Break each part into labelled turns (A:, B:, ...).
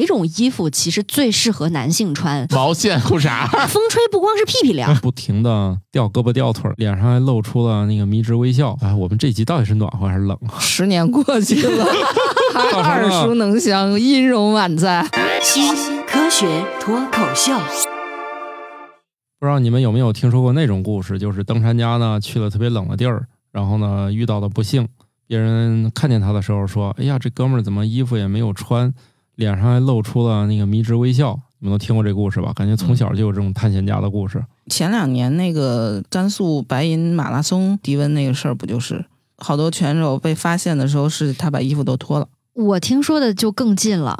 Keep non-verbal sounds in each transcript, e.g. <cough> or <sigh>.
A: 哪种衣服其实最适合男性
B: <laughs>
A: 穿？
B: 毛线裤衩，
A: 风吹不光是屁屁
B: 嗯
A: 凉，
C: 不停的掉胳膊掉腿儿，脸上还露出了那个迷之微笑。哎，我们这集到底是暖和还是冷？
D: 十年过去 <laughs> 了，还
C: 到头了
D: 耳熟能详，音容宛在。
E: 新科学脱口秀，
C: 不知道你们有没有听说过那种故事，就是登山家呢去了特别冷的地儿，然后呢遇到了不幸，别人看见他的时候说：“哎呀，这哥们儿怎么衣服也没有穿，脸上还露出了那个迷之微笑。”你们都听过这故事吧？感觉从小就有这种探险家的故事。
D: 前两年那个甘肃白银马拉松低温那个事儿，不就是好多选手被发现的时候，是他把衣服都脱了。
A: 我听说的就更近了。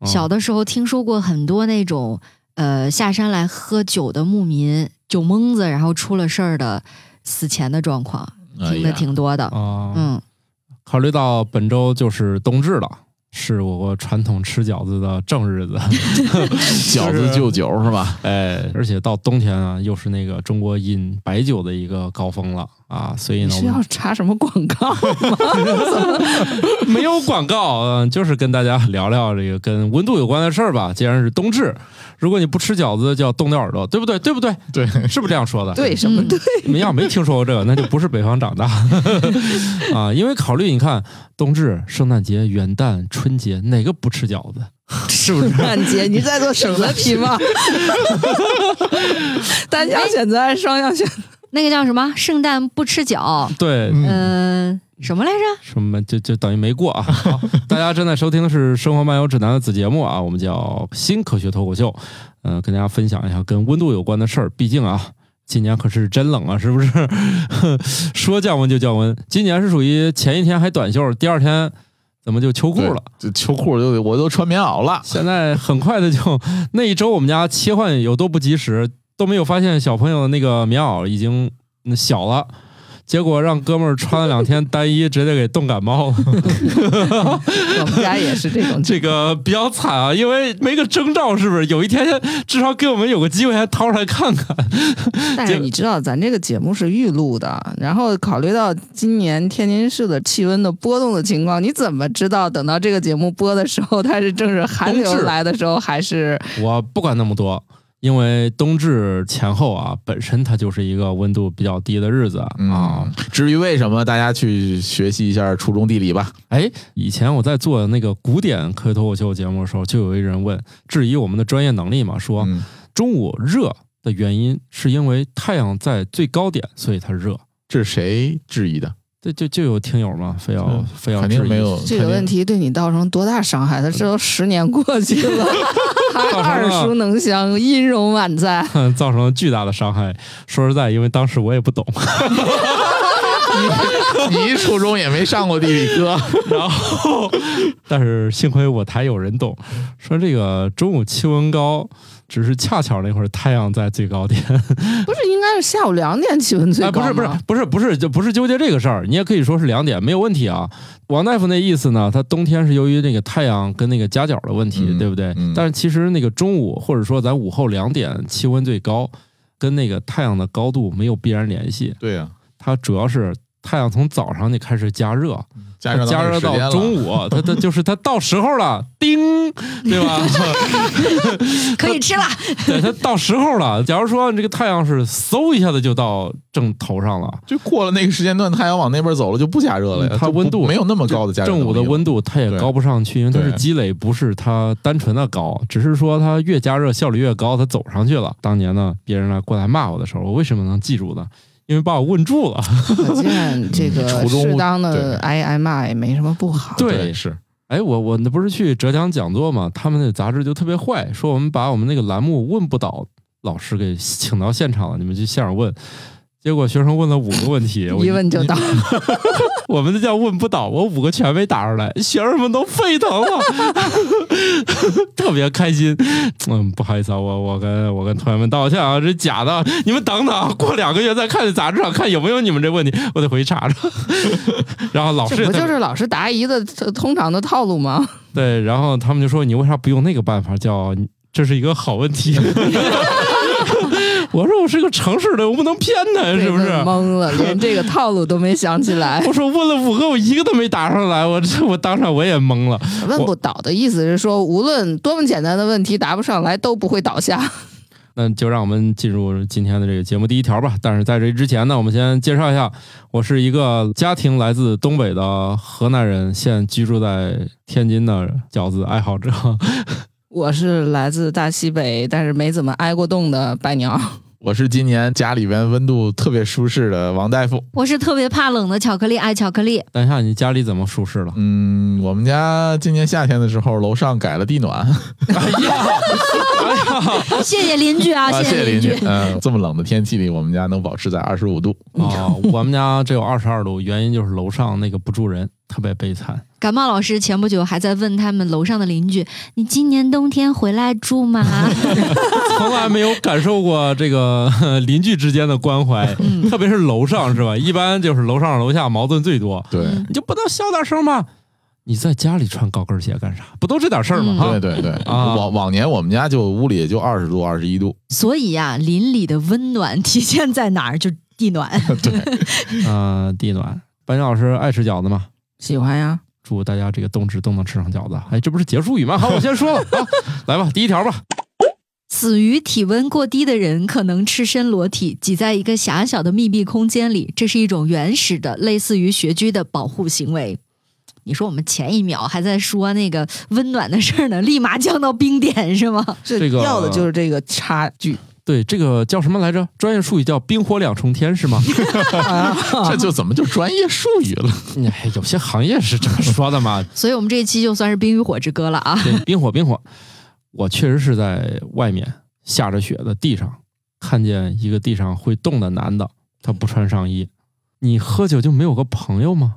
C: 嗯
A: 小的时候听说过很多那种呃下山来喝酒的牧民、酒蒙子，然后出了事儿的死前的状况，
B: <laughs> 哎
A: 听的
B: 呀
A: 挺多的。
C: 啊，
A: 嗯，
C: 考虑到本周就是冬至了，是我国传统吃饺子的正日子，
B: 饺子就酒是吧？
C: 哎，而且到冬天啊，又是那个中国饮白酒的一个高峰了啊，所以
D: 你
C: 呢，
D: 是
C: 我
D: 要
C: 们
D: 插什么广 <laughs> 告吗？
C: 没有广告， <laughs> 嗯、就是跟大家聊聊这个跟温度有关的事儿吧。既然是冬 <laughs> 至，如果你不吃饺子，就要冻掉耳朵，对不对？对不对？
B: 对，
C: 是不是这样说的？
D: 对，什么
A: 嗯
D: 对？
C: <laughs> 你们要没听说过这个，那就不是北方长
D: <laughs>
C: 大啊。因为考虑你看，冬至、圣诞节、元旦、春节，哪个不吃饺子？是
D: <laughs>
C: 不是？
D: 万姐，你在做什么题 <laughs> 吗？单项选择还是双项选择？
A: 那个叫什么？圣诞不吃饺，
C: 对，
B: 嗯，
A: 嗯、什么来
B: <laughs>
A: 着？
C: 什么就就等于没过啊！好，大家正在收听的是《生活漫游指南》的子节目啊，我们叫新科学脱口秀，嗯、跟大家分享一下跟温度有关的事儿。毕竟啊，今年可是真冷啊，是不是？ <laughs> 说降温就降温，今年是属于前一天还短袖，第二天怎么就秋裤了？
B: 这秋裤就得我都穿棉袄了。
C: 现在很快的就那一周，我们家切换有多不及时，都没有发现小朋友的那个棉袄已经嗯小了。结果让哥们儿穿了两天单衣，直接给冻感冒了。
D: 我们家也是这种
C: <laughs> 这个比较惨啊，因为没个征兆，是不是？有一天至少给我们有个机会，还掏出来看看。
D: <laughs> 但是你知道，咱这个节目是预录的，然后考虑到今年天津市的气温的波动的情况，你怎么知道等到这个节目播的时候，它是正是寒流
C: 冬至
D: 来的时候，还是
C: <laughs> 我不管那么多，因为冬至前后啊，本身它就是一个温度比较低的日子啊。
B: 嗯，至于为什么，大家去学习一下初中地理吧。
C: 哎，以前我在做那个古典科学脱口秀节目的时候，就有一人问质疑我们的专业能力嘛，说
B: 嗯，
C: 中午热的原因是因为太阳在最高点，所以它热。
B: 这是谁质疑的？
C: 这就就有听友嘛，非要
B: 嗯
C: 非要
B: 肯
C: 质
B: 定
C: 疑
B: 没有
D: 这个问。题对你造成多大伤害？它这都十年过去了，还
C: 造成了
D: 耳熟能详，音容宛在。
C: <laughs> 造成了巨大的伤害。说实在，因为当时我也不懂，
B: 肯定 <laughs> 你初中也没上过地理课，
C: 然后，但是幸亏我台有人懂，
D: 嗯
C: 说这个中午气温高，只是恰巧那会儿太阳在最高
D: <laughs>
C: 点。
D: 不是应该是下午两点气温最
C: 哎，
D: 高
C: 不
D: 吗？
C: 是不是不是不是就不是纠结这个事儿，你也可以说是两点，没有问题啊。王大夫那意思呢，他冬天是由于那个太阳跟那个夹角的问题，
B: 嗯
C: 对不对？
B: 嗯
C: 但是其实那个中午或者说咱午后两点气温最高，跟那个太阳的高度没有必然联系，
B: <laughs> 对啊呀、
C: 它主要是太阳从早上就开始加热。
B: 加上
C: 加热到中
B: 午，
C: 午，它它就是它到时候了，叮，对
B: <laughs>
C: 吧？
A: 可以吃了。
C: 对，它到时候了。假如说这个太阳是嗖一下子就到正头上了，
B: 就过了那个时间段，太阳往那边走了，就不加热了呀。
C: 嗯它
B: 就不
C: 温度
B: 没有那么高的加热
C: 正午的温
B: 度，
C: 度它也
B: 对
C: 高不上去，因为它是
B: 对
C: 积累，不是它单纯的高，只是说它越加热效率越高，它走上去了。当年呢，别人来过来骂我的时候，我为什么能记住呢？因为把我问
B: <laughs>
C: 住了。
D: 可 <laughs> 见这个
B: 初中
D: 适当
B: 对
D: 的挨挨骂也没什么不好。
C: 对
B: 对是，
C: 哎，我我那不是去浙江讲座嘛，他们那杂志就特别坏，说我们把我们那个栏目“问不倒”老师给请到现场了，你们去现场问。结果学生问了五个问题，我
D: 一问就到，，
C: 我们那叫问不倒，我五个全没答出来，学生们都沸腾了， <laughs> 特别开心。嗯，不好意思啊，我我跟我跟同学们道歉啊，这是假的，你们等等啊，过两个月再看杂志上看有没有你们这问题，我得回去查查。 <laughs> 然后老师
D: 这
C: 也
D: 不
C: 特别
D: 就是老师答疑的呃通常的套路吗？
C: 对，然后他们就说你为啥不用那个办法叫？这是一个好问题。 <laughs> 我说我是个诚实的，我不能骗他，
B: <laughs>
C: 是不是？。
D: 懵了，连这个套路都没想起来
C: 我说问了五个，我一个都没答上来，我这我当场我也懵了。
D: 问不倒的意思是说，无论多么简单的问题答不上来，都不会倒下。
C: 那就让我们进入今天的这个节目第一条吧。但是在这之前呢，我们先介绍一下，我是一个家庭来自东北的河南人，现居住在天津的饺子爱好者。
D: <laughs> 我是来自大西北，但是没怎么挨过冻的白鸟。
B: 我是今年家里边温度特别舒适的王大夫。
A: 我是特别怕冷的巧克力爱巧克力，
C: 等一下，你家里怎么舒适了？
B: 嗯，我们家今年夏天的时候，楼上改了地暖，
C: 哎呀，哎呀，
A: 谢谢邻居啊，
B: 啊，谢
A: 谢
B: 邻
A: 邻
B: 居。嗯，这么冷的天气里，我们家能保持在二十五度。
C: 哦，我们家只有二十二度，原因就是楼上那个不住人，特别悲惨。
A: 感冒老师前不久还在问他们楼上的邻居：“你今年冬天回来住吗
C: 从来没有感受过这个 <laughs> 呵邻居之间的关怀，
A: 嗯
C: 特别是楼上是吧？一般就是楼上楼下矛盾最多，
B: 对，
A: 嗯
C: 你就不能小点声吗？你在家里穿高跟鞋干啥？不都这点事儿吗？
A: 嗯
C: 哈、
B: 对对对，
C: 啊
B: 往往年我们家就屋里也就二十度、二十一度，？”
A: 所以呀、邻里的温暖体现在哪儿？就地暖。 <laughs>
C: 嗯、地暖。白岩老师爱吃饺子吗？
D: 喜欢呀，
C: 祝大家这个冬至都能吃上饺子。哎，这不是结束语吗？好，我先说了，好，来吧，第一条
D: <laughs>
C: 吧。
A: 死于体温过低的人可能赤身裸体挤在一个狭小的密闭空间里，这是一种原始的类似于穴居的保护行为。你说我们前一秒还在说那个温暖的事儿呢，立马降到冰点是吗？
D: 这
C: 这个
D: 要
B: 啊
D: 的就是这个差
B: <laughs>
D: 距。
C: 对，这个叫什么来着？专业术语叫“冰火两重天”是吗？ <laughs>
D: 啊
B: 这就怎么就专业术语了？
C: 哎，有些行业是这么说的嘛。
A: 所以我们这一期就算是冰与火之歌了啊！
C: 对， <laughs> 冰火冰火，我确实是在外面下着雪的地上，看见一个地上会冻的男的，他不穿上衣。你喝酒就没有个朋友吗？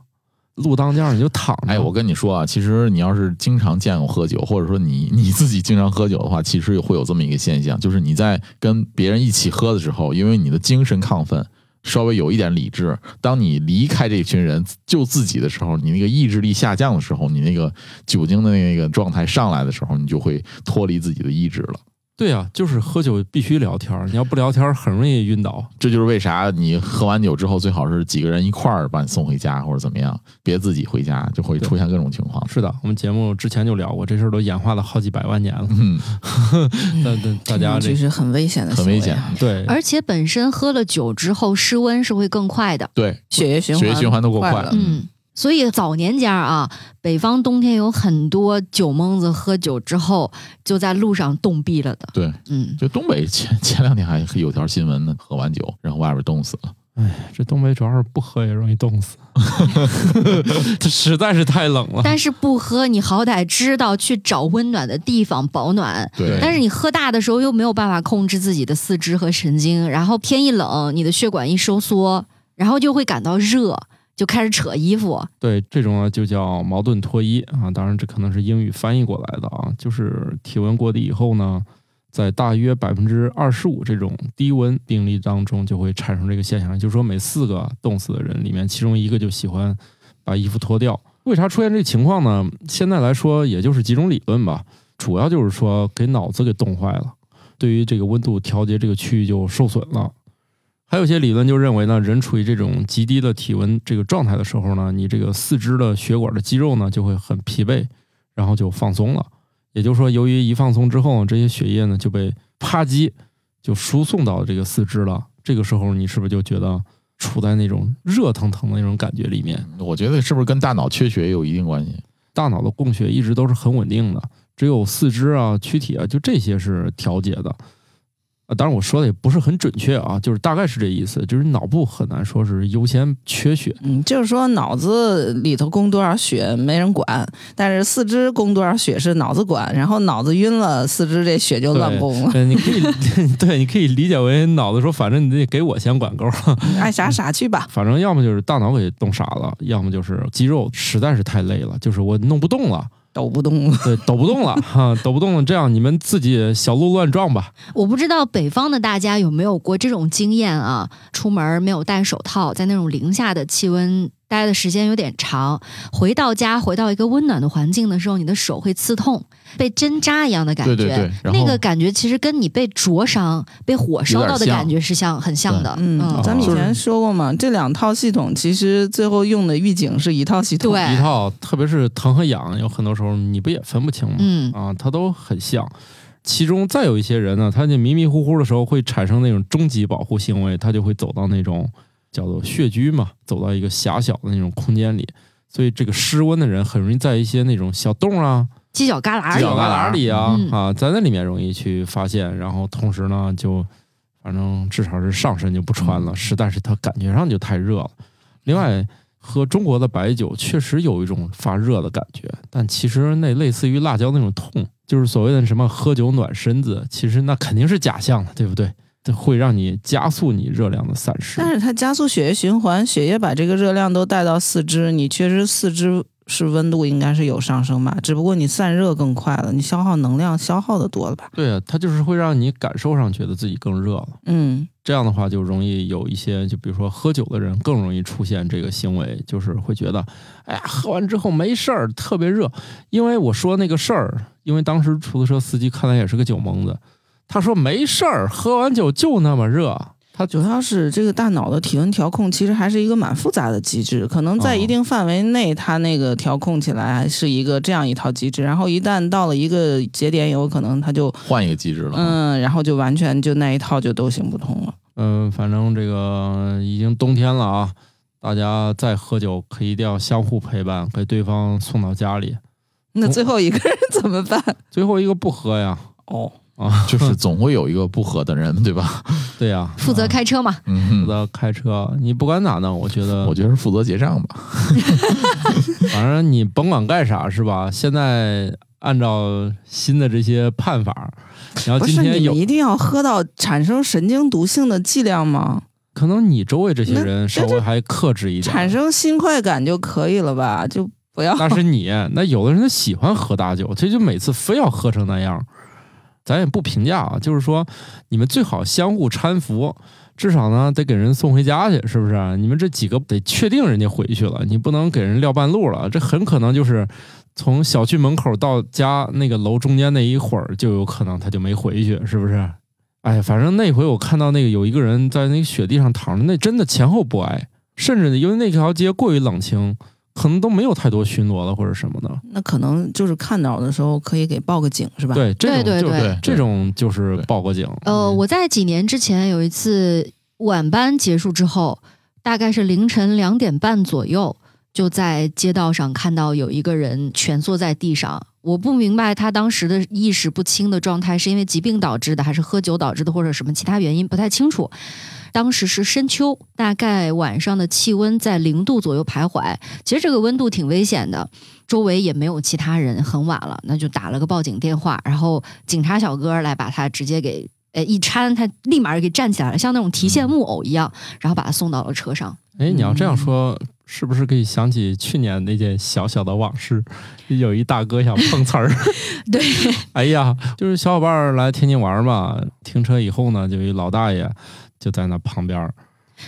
C: 路当间儿你就躺着。
B: 哎，我跟你说啊，其实你要是经常见我喝酒，或者说你你自己经常喝酒的话，其实会有这么一个现象，就是你在跟别人一起喝的时候，因为你的精神亢奋，稍微有一点理智，当你离开这群人就自己的时候，你那个意志力下降的时候，你那个酒精的那个状态上来的时候，你就会脱离自己的意志了。
C: 对啊，就是喝酒必须聊天儿，你要不聊天儿很容易晕倒。
B: 这就是为啥你喝完酒之后，最好是几个人一块儿把你送回家，或者怎么样，别自己回家，就会出现各种情况。
C: 是的，我们节目之前就聊过，这事儿都演化了好几百万年了。
B: 嗯，
C: 但但大家
D: 这
C: 这
D: 是很危险的，
B: <laughs>
D: 啊
B: 很危险，
C: 对，
A: 而且本身喝了酒之后，失温是会更快的。
B: 对，
D: 血液循
B: 血液循环都过
D: 快
B: 快
D: 了
B: 了。
A: 嗯，所以早年间儿啊，北方冬天有很多酒蒙子喝酒之后就在路上冻毙了的。
B: 对，
A: 嗯，
B: 就东北前 <laughs> 前两天还有条新闻呢，喝完酒然后外边冻死了。
C: 这东北主要是不喝也容易
B: <laughs>
C: 冻死， <laughs> 这实在是太冷了。
A: 但是不喝，你好歹知道去找温暖的地方保暖。
B: 对
A: 但是你喝大的时候又没有办法控制自己的四肢和神经，然后天一冷，你的血管一收缩，然后就会感到热，就开始扯衣服。
C: 对，这种呢就叫矛盾脱衣啊。当然，这可能是英语翻译过来的啊。就是体温过低以后呢，在大约百分之二十五这种低温病例当中，就会产生这个现象，也就是说每四个冻死的人里面，其中一个就喜欢把衣服脱掉。为啥出现这个情况呢？现在来说，也就是几种理论吧，主要就是说给脑子给冻坏了，对于这个温度调节这个区域就受损了。还有一些理论就认为呢，人处于这种极低的体温这个状态的时候呢，你这个四肢的血管的肌肉呢就会很疲惫，然后就放松了。也就是说，由于一放松之后呢，这些血液呢就被啪叽就输送到这个四肢了。这个时候，你是不是就觉得处在那种热腾腾的那种感觉里面？
B: 我觉得是不是跟大脑缺血也有一定关系？
C: 大脑的供血一直都是很稳定的，只有四肢啊、躯体啊，就这些是调节的。啊，当然我说的也不是很准确啊，就是大概是这意思，就是脑部很难说是优先缺血。
D: 嗯，就是说脑子里头供多少血没人管，但是四肢供多少血是脑子管，然后脑子晕了，四肢这血就乱供了， <laughs>
C: 嗯，你可以 <laughs> 对，你可以理解为脑子说，反正你得给我先管够， <laughs>
D: 爱啥啥去吧。
C: 反正要么就是大脑给冻傻了，要么就是肌肉实在是太累了，就是我弄不动了， <laughs>
D: 抖不动了，
C: 对，抖不动了 <laughs> 哈，抖不动了，这样你们自己小鹿乱撞吧。
A: 我不知道北方的大家有没有过这种经验啊？出门没有戴手套，在那种零下的气温待的时间有点长，回到家回到一个温暖的环境的时候，你的手会刺痛，被针扎一样的感觉。
B: 对对对然后
A: 那个感觉其实跟你被灼伤、被火烧到的
B: 有点像
A: 感觉是像很像的。
D: 嗯，咱们以
C: 就是
D: 前说过嘛，这两套系统其实最后用的预警是一套系统。
A: 对
C: 一套，特别是疼和痒，有很多时候你不也分不清吗？
A: 嗯
C: 啊，它都很像。其中再有一些人呢，他就迷迷糊糊的时候会产生那种终极保护行为，他就会走到那种叫做穴居嘛，走到一个狭小的那种空间里。所以这个失温的人很容易在一些那种小洞啊、
A: 犄角旮旯
C: 犄
A: 里
C: 角旮旯里啊、
A: 嗯
C: 啊，在那里面容易去发现，然后同时呢，就反正至少是上身就不穿了，实在是它感觉上就太热了。另外，喝中国的白酒确实有一种发热的感觉，但其实那类似于辣椒那种痛，就是所谓的什么喝酒暖身子，其实那肯定是假象的，对不对？这会让你加速你热量的散失。
D: 但是它加速血液循环，血液把这个热量都带到四肢，你确实四肢是温度应该是有上升吧，只不过你散热更快了，你消耗能量消耗的多了吧？
C: 对啊，它就是会让你感受上觉得自己更热了。
D: 嗯，
C: 这样的话就容易有一些，就比如说喝酒的人更容易出现这个行为，就是会觉得，哎呀，喝完之后没事儿，特别热。因为我说那个事儿，因为当时出租车司机看来也是个酒蒙子，他说没事儿，喝完酒就那么热。他
D: 主要是这个大脑的体温调控其实还是一个蛮复杂的机制，可能在
C: 哦
D: 一定范围内，它那个调控起来还是一个这样一套机制，然后一旦到了一个节点，有可能它就
B: 换一个机制了。
D: 嗯，然后就完全就那一套就都行不通了。
C: 嗯、反正这个已经冬天了啊，大家再喝酒可以一定要相互陪伴，给对方送到家里。
D: 那最后一个人怎么办？
C: 最后一个不喝呀，
D: 哦，
C: 啊，
B: 就是总会有一个不合的人，对吧？
C: 对呀，
A: 负责开车嘛，
B: 嗯
C: 负，责开车，你不管咋弄，我觉得
B: 我觉得是负责结账吧。
C: 反正你甭管干啥是吧？现在按照新的这些判法，然后
D: 不
C: 今
D: 是
C: 天
D: 你
C: 有
D: 们一定要喝到产生神经毒性的剂量吗？
C: 可能你周围这些人稍
D: 那
C: 微还克制一点，
D: 产生新快感就可以了吧？就不要
C: 那是你。那有的人他喜欢喝大酒，这就每次非要喝成那样，咱也不评价啊。就是说，你们最好相互搀扶，至少呢得给人送回家去，是不是？你们这几个得确定人家回去了，你不能给人撂半路了。这很可能就是从小区门口到家那个楼中间那一会儿，就有可能他就没回去，是不是？哎呀，反正那回我看到那个有一个人在那个雪地上躺着，那真的前后不挨，甚至因为那条街过于冷清，可能都没有太多巡逻了或者什么的。
D: 那可能就是看到的时候可以给报个警是吧？
C: 对，这种
A: 对
C: 就
A: 对
B: 对
C: 这种就是
B: 对
C: 报个警。嗯
A: 呃，我在几年之前有一次晚班结束之后，大概是凌晨两点半左右，就在街道上看到有一个人蜷缩在地上。我不明白他当时的意识不清的状态是因为疾病导致的，还是喝酒导致的，或者什么其他原因，不太清楚。当时是深秋，大概晚上的气温在零度左右徘徊，其实这个温度挺危险的。周围也没有其他人，很晚了，那就打了个报警电话，然后警察小哥来把他直接给呃一搀，他立马给站起来了，像那种提
B: 嗯
A: 线木偶一样，然后把他送到了车上。
C: 哎，你要
A: 嗯
C: 这样说，是不是可以想起去年那件小小的往事？ <laughs> 有一大哥想碰瓷儿， <laughs>
A: 对，
C: 哎呀，就是小伙伴儿来天津玩儿嘛，停车以后呢，就有一老大爷就在那旁边儿，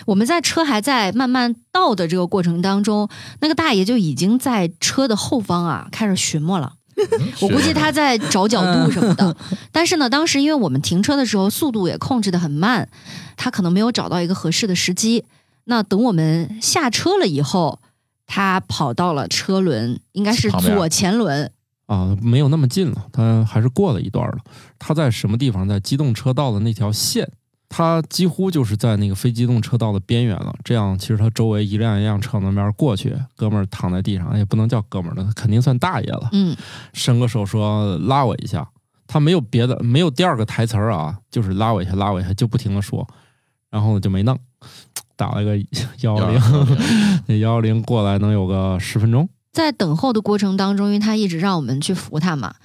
A: 我们在车还在慢慢倒的这个过程当中，那个大爷就已经在车的后方啊开始寻摸了。
C: 嗯
A: 我估计他在找角度什么
B: <laughs>
A: 的，但是呢，当时因为我们停车的时候速度也控制的很慢，他可能没有找到一个合适的时机。那等我们下车了以后，他跑到了车轮，应该是
B: 旁边
A: 左前轮，
C: 啊，没有那么近了，他还是过了一段了。他在什么地方？在机动车道的那条线，他几乎就是在那个非机动车道的边缘了。这样，其实他周围一辆一辆车从那边过去，哥们儿躺在地上，也不能叫哥们儿了，肯定算大爷了。
A: 嗯，
C: 伸个手说拉我一下，他没有别的，没有第二个台词儿啊，就是拉我一下，拉我一下，就不停的说，然后就没弄，打了个幺幺零，那 <laughs> 幺幺零过来能有个十分钟。
A: 在等候的过程当中，因为他一直让我们去扶他嘛，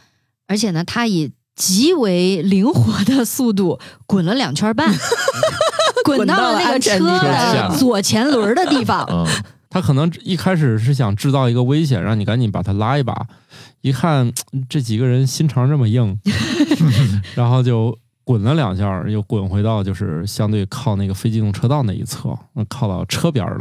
A: 而且呢，他以极为灵活的速度滚了两圈半，滚到了那个车
D: 滚到
B: 了安全地
A: 的
B: 带
A: 左前轮的地方。
B: <laughs> 嗯，
C: 他可能一开始是想制造一个危险，让你赶紧把他拉一把，一看这几个人心肠这么硬， <laughs> 然后就滚了两下儿，又滚回到就是相对靠那个非机动车道那一侧，嗯靠到车边儿了。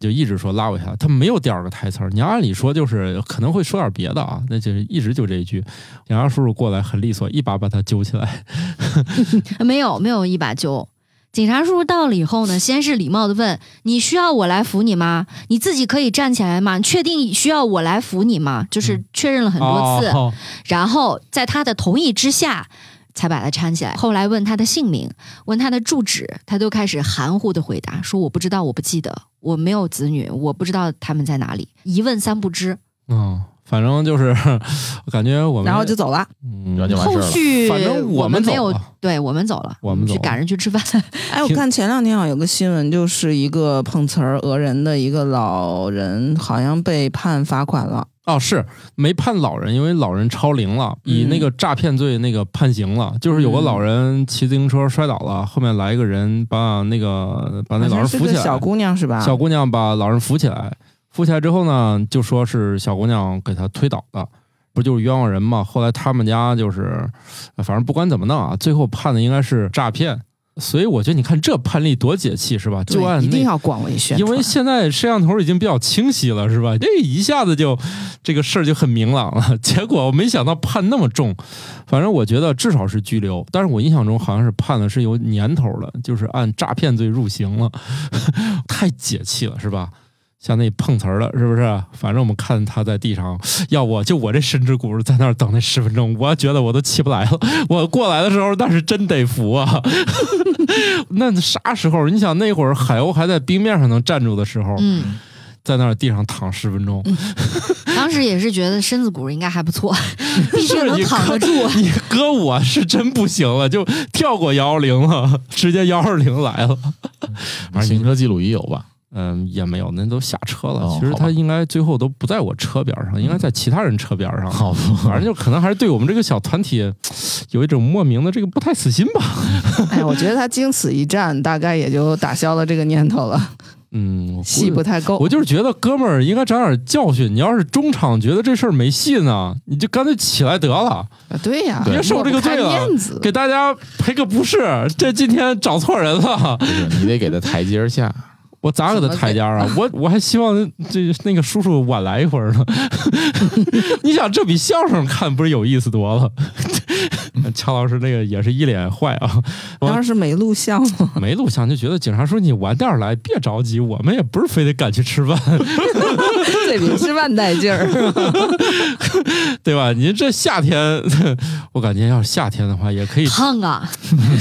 C: 就一直说拉我一下，他没有第二个台词儿。你要按理说就是可能会说点别的啊，那就是一直就这一句。杨洋叔叔过来很利索，一把把他揪起来。
A: <laughs> 没有没有一把揪。警察叔叔到了以后呢，先是礼貌的问：“你需要我来扶你吗？你自己可以站起来吗？你确定需要我来扶你吗？”就是确认了 <laughs> 很多次，
C: 哦
A: 然后在他的同意之下，才把他搀起来。后来问他的姓名，问他的住址，他都开始含糊的回答，说我不知道，我不记得，我没有子女，我不知道他们在哪里。一问三不知，
C: 嗯，反正就是 <laughs> 我感觉我们，
D: 然后就走了。
C: 嗯，
B: 然后就完
A: 后
B: 事儿了。
A: 续
C: 反正我
A: 我
C: 们
A: 没
C: 走
A: 有
C: 了，
A: 对我们走了，
C: 我们走
A: 去
C: 了
A: 赶着去吃饭。
D: 哎，我
C: 听
D: 看前两天好像有个新闻，就是一个碰瓷儿讹人的一个老人，好像被判罚款了。
C: 哦，是没判老人，因为老人超龄了，以
D: 嗯
C: 那个诈骗罪那个判刑了。就是有个老人骑自行车摔倒了，后面来一个人把那个把那老人
D: 好像是
C: 扶
D: 个
C: 起来，
D: 小姑娘是吧？
C: 小姑娘把老人扶起来，扶起来之后呢，就说是小姑娘给他推倒的，不就是冤枉人嘛？后来他们家就是，呃反正不管怎么弄啊，最后判的应该是诈骗。所以我觉得你看这判例多解气是吧？
D: 对
C: 就按
D: 一定
C: 那。
D: 要广为宣
C: 因
D: 传，
C: 为现在摄像头已经比较清晰了，是吧？这一下子就这个事儿就很明朗了。 <laughs> 结果我没想到判那么重，反正我觉得至少是拘留，但是我印象中好像是判的是有年头了，就是按诈骗罪入刑了， <laughs> 太解气了，是吧？像那碰瓷儿的，是不是？反正我们看他在地上，要我就我这身子骨在那儿等那十分钟，我觉得我都起不来了。我过来的时候那是真得扶啊， <laughs> 那啥时候？你想那会儿海鸥还在冰面上能站住的时候，
A: 嗯，
C: 在那儿地上躺十分钟，
A: 当时也是觉得身子骨应该还不错，必须
C: 是
A: 能
C: 你
A: 躺得
C: 哥
A: 住。
C: 你哥我是真不行了，就跳过幺二零了，直接幺二零来了。反正
B: 行
C: 你
B: 车记录仪有吧？
C: 嗯，也没有，那都下车了。
B: 哦
C: 其实
B: 好
C: 他
B: 吧嗯
C: 应该最后都不在我车边上，应该在其他人车边上。
B: 好吧，
C: <laughs> 反正就可能还是对我们这个小团体有一种莫名的这个不太死心吧。
D: 哎，我觉得他经此一战，大概也就打消了这个念头
C: <laughs>
D: 了，
C: 嗯，我估
D: 戏
C: 计
D: 不太够。
C: 我就是觉得哥们儿应该长点教训。你要是中场觉得这事儿没戏呢，你就干脆起来得了，
D: 啊对呀、
B: 对
D: 抹
C: 别受这个
D: 不开
C: 罪了
D: 面子。
C: 给大家赔个不是。这今天找错人了，
B: 不是你得给他台阶儿下。
C: 我咋给他抬价啊？我我还希望这那个叔叔晚来一会儿呢。 <laughs> 你想，这比相声看不是有意思多了？ <laughs> 乔老师那个也是一脸坏啊，我
D: 当时没录像
C: <laughs>
D: 嘛，
C: 没录像就觉得警察说你晚点儿来，别着急，我们也不是非得赶去吃饭。
D: 这比吃饭带劲 <laughs> 儿。
C: 对吧？您这夏天， <laughs> 我感觉要是夏天的话，也可以。
A: 烫啊！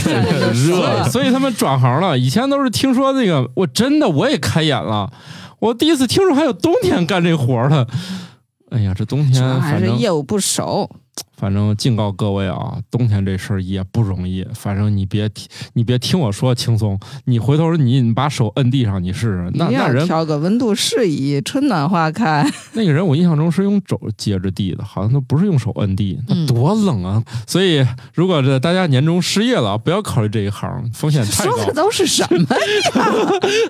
D: 很
C: 所以所以他们转行了。以前都是听说那个，我真的我也开眼了，我第一次听说还有冬天干这活儿的。哎呀，这冬
D: 主
C: 天
D: 要还
C: 反
D: 是
C: 正
D: 业务不熟，
C: 反正警告各位啊，冬天这事儿也不容易。反正你别听你别听我说轻松，你回头你你把手摁地上，你试试。
D: 一
C: 那
D: 定
C: 那
D: 要
C: 人
D: 挑个温度适宜、春暖花开。
C: 那个人，我印象中是用肘接着地的，好像都不是用手摁地，那
A: 嗯
C: 多冷啊！所以，如果这大家年终失业了，不要考虑这一行，风险太
D: 说
C: 高
D: 的。 <laughs> 都是什么呀？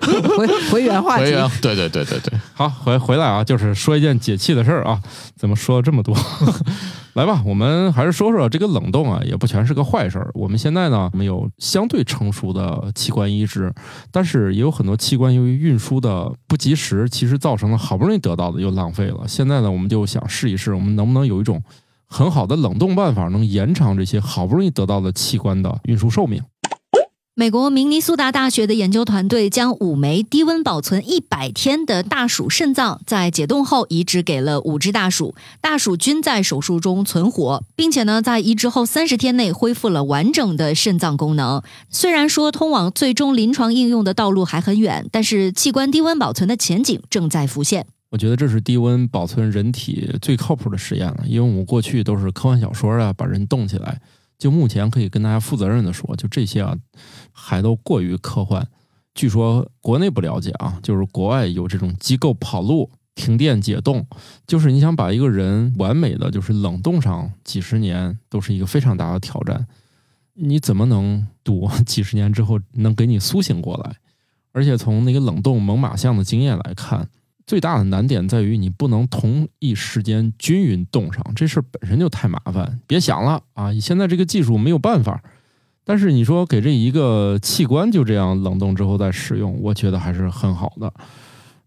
D: <laughs> 回回原话
B: 回
D: 题，
B: 原对对对对对，
C: 好，回回来啊，就是说一件解气的事儿啊，怎么说了这么多？ <laughs> 来吧，我们还是说说这个冷冻啊，也不全是个坏事儿。我们现在呢，我们有相对成熟的器官移植，但是也有很多器官由于运输的不及时，其实造成了好不容易得到的又浪费了。现在呢，我们就想试一试，我们能不能有一种很好的冷冻办法，能延长这些好不容易得到的器官的运输寿命。
A: 美国明尼苏达大学的研究团队将五枚低温保存一百天的大鼠肾脏在解冻后移植给了五只大鼠，大鼠均在手术中存活，并且呢，在移植后三十天内恢复了完整的肾脏功能。虽然说通往最终临床应用的道路还很远，但是器官低温保存的前景正在浮现。
C: 我觉得这是低温保存人体最靠谱的实验了，因为我们过去都是科幻小说啊，把人冻起来。就目前可以跟大家负责任的说，就这些啊，还都过于科幻。据说国内不了解啊，就是国外有这种机构跑路、停电解冻，就是你想把一个人完美的就是冷冻上几十年，都是一个非常大的挑战。你怎么能赌几十年之后能给你苏醒过来？而且从那个冷冻猛犸象的经验来看，最大的难点在于你不能同一时间均匀冻上，这事儿本身就太麻烦，别想了啊！现在这个技术没有办法。但是你说给这一个器官就这样冷冻之后再使用，我觉得还是很好的。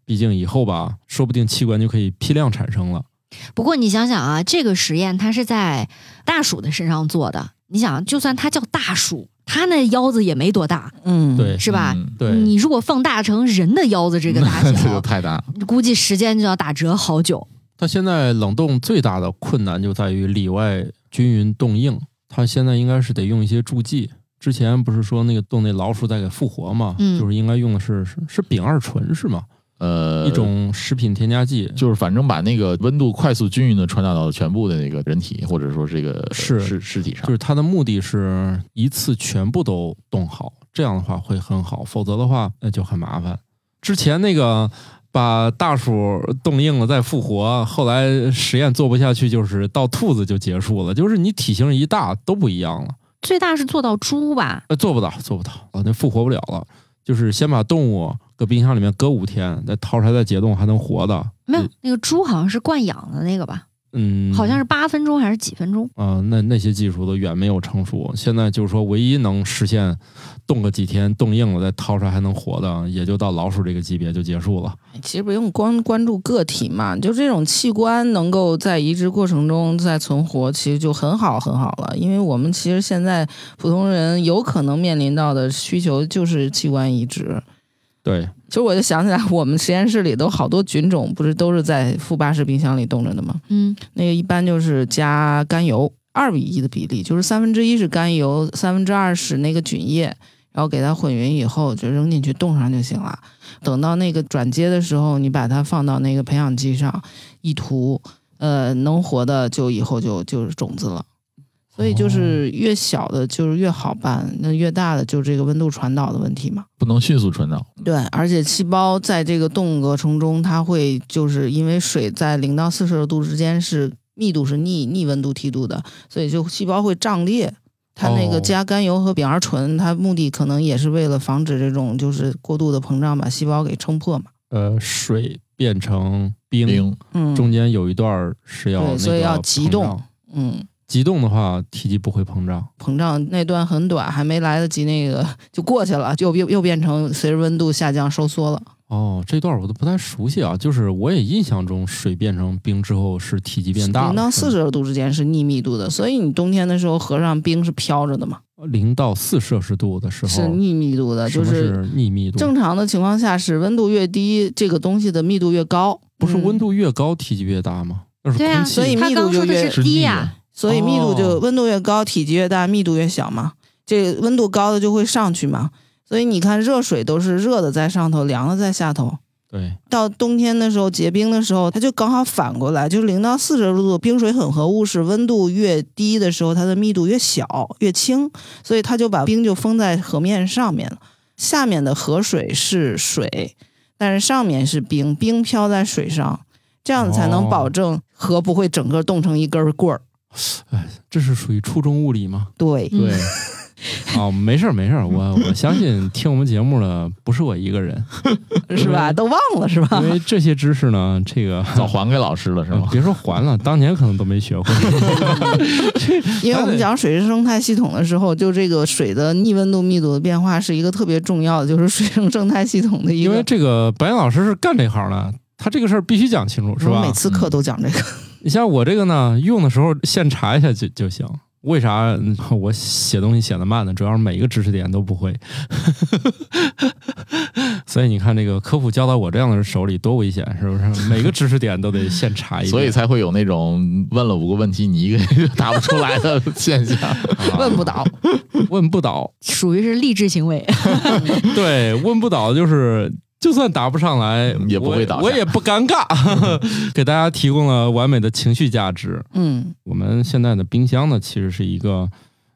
C: 毕竟以后吧，说不定器官就可以批量产生了。
A: 不过你想想啊，这个实验它是在大鼠的身上做的，你想，就算它叫大鼠，它那腰子也没多大，
D: 嗯，
C: 对
A: 是吧？
B: 嗯
C: 对，
A: 你如果放大成人的腰子这个
B: <laughs>
A: 大
B: 这
D: <laughs>
B: 就
A: 小，
B: 太大。
A: 估计时间就要打折好久。
C: 它现在冷冻最大的困难就在于里外均匀冻硬，它现在应该是得用一些助剂。之前不是说那个冻那老鼠再给复活嘛，
A: 嗯
C: 就是应该用的是是是丙二醇是吗？
B: 呃，
C: 一种食品添加剂。
B: 就是反正把那个温度快速均匀的传达到全部的那个人体或者说这个
C: 是
B: 尸尸体上
C: 就。是它的目的是一次全部都冻好，这样的话会很好，否则的话那就很麻烦。之前那个把大鼠冻硬了再复活，后来实验做不下去，就是到兔子就结束了，就是你体型一大都不一样了，
A: 最大是做到猪吧？
C: 呃，做不到，做不到，啊，那复活不了了。就是先把动物搁冰箱里面搁五天，再掏出来再解冻还能活的，
A: 没
D: 嗯
A: 有，那个猪好像是惯养的那个吧？
C: 嗯，
A: 好像是八分钟还是几分钟？
C: 啊、那那些技术都远没有成熟。现在就是说，唯一能实现冻个几天、冻硬了再掏出来还能活的，也就到老鼠这个级别就结束了。
D: 其实不用光关注个体嘛，就这种器官能够在移植过程中再存活，其实就很好很好了。因为我们其实现在普通人有可能面临到的需求就是器官移植。
C: 对，
D: 其实我就想起来，我们实验室里都好多菌种，不是都是在负八十冰箱里冻着的吗？
A: 嗯，
D: 那个一般就是加甘油，二比一的比例，就是三分之一是甘油，三分之二是那个菌液，然后给它混匀以后就扔进去冻上就行了。等到那个转接的时候，你把它放到那个培养基上一涂，呃，能活的就以后就就是种子了。所以就是越小的就是越好办，那越大的就是这个温度传导的问题嘛。
B: 不能迅速传导。
D: 对，而且细胞在这个冻过程中，它会就是因为水在零到四摄氏度之间是密度是逆逆温度梯度的，所以就细胞会胀裂。它那个
C: 哦
D: 加甘油和丙二醇，它目的可能也是为了防止这种就是过度的膨胀，把细胞给撑破嘛。
C: 呃，水变成冰，
B: 零
D: 嗯，
C: 中间有一段儿是要、那
D: 对，
C: 个
D: 所以要
C: 膨
D: 急冻
C: 胀。。
D: 嗯，
C: 急冻的话，体积不会膨胀。
D: 膨胀那段很短，还没来得及那个就过去了，就又又变成随着温度下降收缩了。
C: 哦，这段我都不太熟悉啊。就是我也印象中，水变成冰之后是体积变大了，
D: 零到
C: 是
D: 四
C: 吗
D: 摄氏度之间是逆密度的，所以你冬天的时候河上冰是飘着的嘛。
C: 零到四摄氏度的时候，
D: 是逆密度的，
C: 什
D: 就
C: 么
D: 是
C: 是逆密度。
D: 正常的情况下是温度越低，这个东西的密度越高，
C: 不是
D: 嗯
C: 温，度越高体积越大吗？那是
A: 对啊
C: 空气
D: 所以
A: 他
D: 密
A: 刚
D: 度
A: 说
D: 就
A: 的
D: 越
A: 是低呀、
D: 所以密度就、
C: 哦
D: 温度越高，体积越大，密度越小嘛。这温度高的就会上去嘛，所以你看热水都是热的在上头，凉的在下头。
C: 对，
D: 到冬天的时候结冰的时候，它就刚好反过来，就是零到四摄氏度冰水混合物是温度越低的时候，它的密度越小越轻，所以它就把冰就封在河面上面了。下面的河水是水，但是上面是冰，冰飘在水上，这样才能
C: 哦
D: 保证河不会整个冻成一根棍儿。
C: 这是属于初中物理吗？ <laughs>
D: 对，
A: 嗯
C: 对，哦，没事儿没事儿，我我相信听我们节目的不是我一个人，
D: 是吧？都忘了是吧
C: 因？为这些知识呢，这个
B: 早还给老师了是
C: 呃
B: 吗？
C: 别说还了，当年可能都没学
D: <laughs>
C: 会。
D: 因为我们讲水生生态系统的时候，就这个水的逆温度密度的变化是一个特别重要的，就是水生生态系统的一
C: 因为
D: 个。
C: 这个白岩老师是干这行的，他这个事儿必须讲清楚，是
D: 我
C: 吧
D: 每？次课都讲这个，
C: 你像我这个呢，用的时候现查一下就就行。为啥嗯我写东西写的慢呢？主要是每一个知识点都不会， <laughs> 所以你看这个科普教到我这样的人手里多危险，是不是？每个知识点都得现查一遍，
B: 所以才会有那种问了五个问题你一个也答不出来的现象。
C: 啊
D: 问不倒。
C: 问不倒。
A: 属于是励志行为。 <laughs>
C: 对，问不倒就是。就算答不上来，
B: 也不会倒
C: 我，我
B: 下
C: 也不尴尬， <laughs> 给大家提供了完美的情绪价值。
D: 嗯，
C: 我们现在的冰箱呢，其实是一个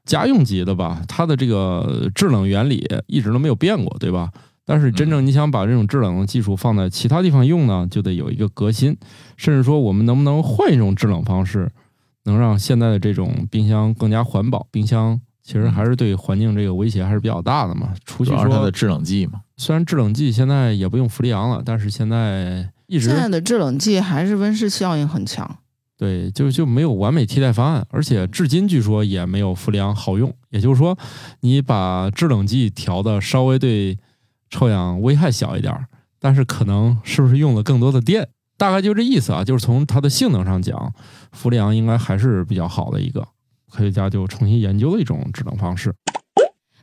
C: 家用级的吧，它的这个制冷原理一直都没有变过，对吧？但是真正你想把这种制冷的技术放在其他地方用呢，就得有一个革新，甚至说我们能不能换一种制冷方式，能让现在的这种冰箱更加环保？冰箱其实还是对环境这个威胁还是比较大的嘛。除去
B: 主要是它的
C: 说，
B: 制冷剂嘛，
C: 虽然制冷剂现在也不用氟利昂了，但是现在一直
D: 现在的制冷剂还是温室效应很强。
C: 对，就就没有完美替代方案，而且至今据说也没有氟利昂好用。也就是说，你把制冷剂调的稍微对臭氧危害小一点儿，但是可能是不是用了更多的电？大概就这意思啊，就是从它的性能上讲，氟利昂应该还是比较好的一个。科学家就重新研究了一种制冷方式。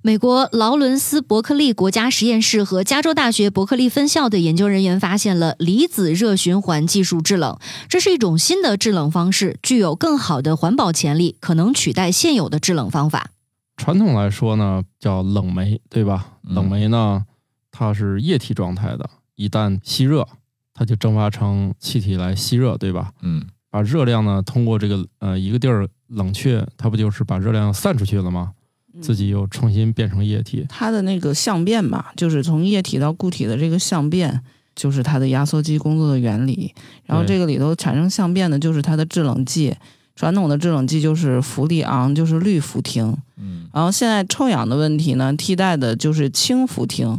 A: 美国劳伦斯伯克利国家实验室和加州大学伯克利分校的研究人员发现了离子热循环技术制冷，这是一种新的制冷方式，具有更好的环保潜力，可能取代现有的制冷方法。
C: 传统来说呢，叫冷媒，对吧？
B: 嗯
C: 冷媒呢，它是液体状态的，一旦吸热，它就蒸发成气体来吸热，对吧？
B: 嗯
C: 把热量呢通过这个呃一个地儿冷却，它不就是把热量散出去了吗？
D: 嗯
C: 自己又重新变成液体。
D: 它的那个相变吧，就是从液体到固体的这个相变，就是它的压缩机工作的原理。然后
C: 对
D: 这个里头产生相变的就是它的制冷剂，传统的制冷剂就是氟利昂，就是氯氟烃。
B: 嗯
D: 然后现在臭氧的问题呢，替代的就是氢氟烃，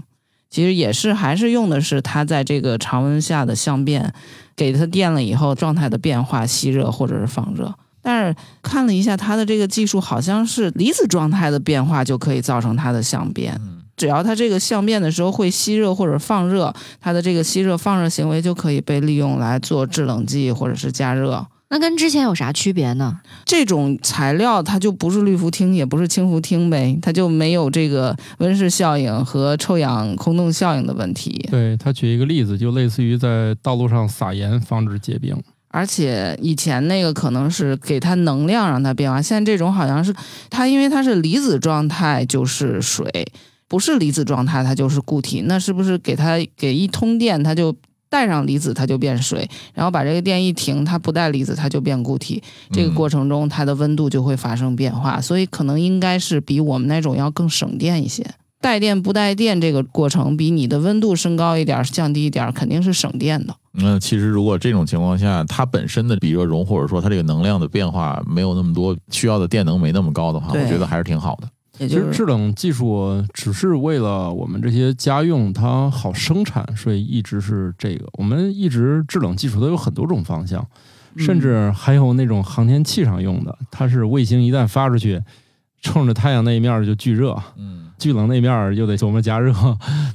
D: 其实也是还是用的是它在这个常温下的相变，给它电了以后状态的变化，吸热或者是放热。但是看了一下它的这个技术，好像是离子状态的变化就可以造成它的相变。
B: 嗯
D: 只要它这个相变的时候会吸热或者放热，它的这个吸热放热行为就可以被利用来做制冷剂或者是加热。
A: 那跟之前有啥区别呢？
D: 这种材料它就不是氯氟烃，也不是氢氟烃呗，它就没有这个温室效应和臭氧空洞效应的问题。
C: 对他举一个例子，就类似于在道路上撒盐防止结冰。
D: 而且以前那个可能是给它能量让它变化，现在这种好像是它，因为它是离子状态就是水，不是离子状态它就是固体。那是不是给它给一通电，它就带上离子，它就变水，然后把这个电一停，它不带离子，它就变固体。这个过
C: 嗯
D: 程中它的温度就会发生变化，所以可能应该是比我们那种要更省电一些。带电不带电这个过程，比你的温度升高一点儿、降低一点儿，肯定是省电的。
B: 那其实如果这种情况下，它本身的比热容或者说它这个能量的变化没有那么多，需要的电能没那么高的话，
D: 对
B: 我觉得还是挺好的。
D: 也
C: 其
D: 就
C: 实
D: 是
C: 制冷技术只是为了我们这些家用它好生产，所以一直是这个。我们一直制冷技术都有很多种方向，
D: 嗯
C: 甚至还有那种航天器上用的，它是卫星一旦发出去，冲着太阳那一面儿就聚热，
B: 嗯，
C: 聚冷那面儿又得琢磨加热。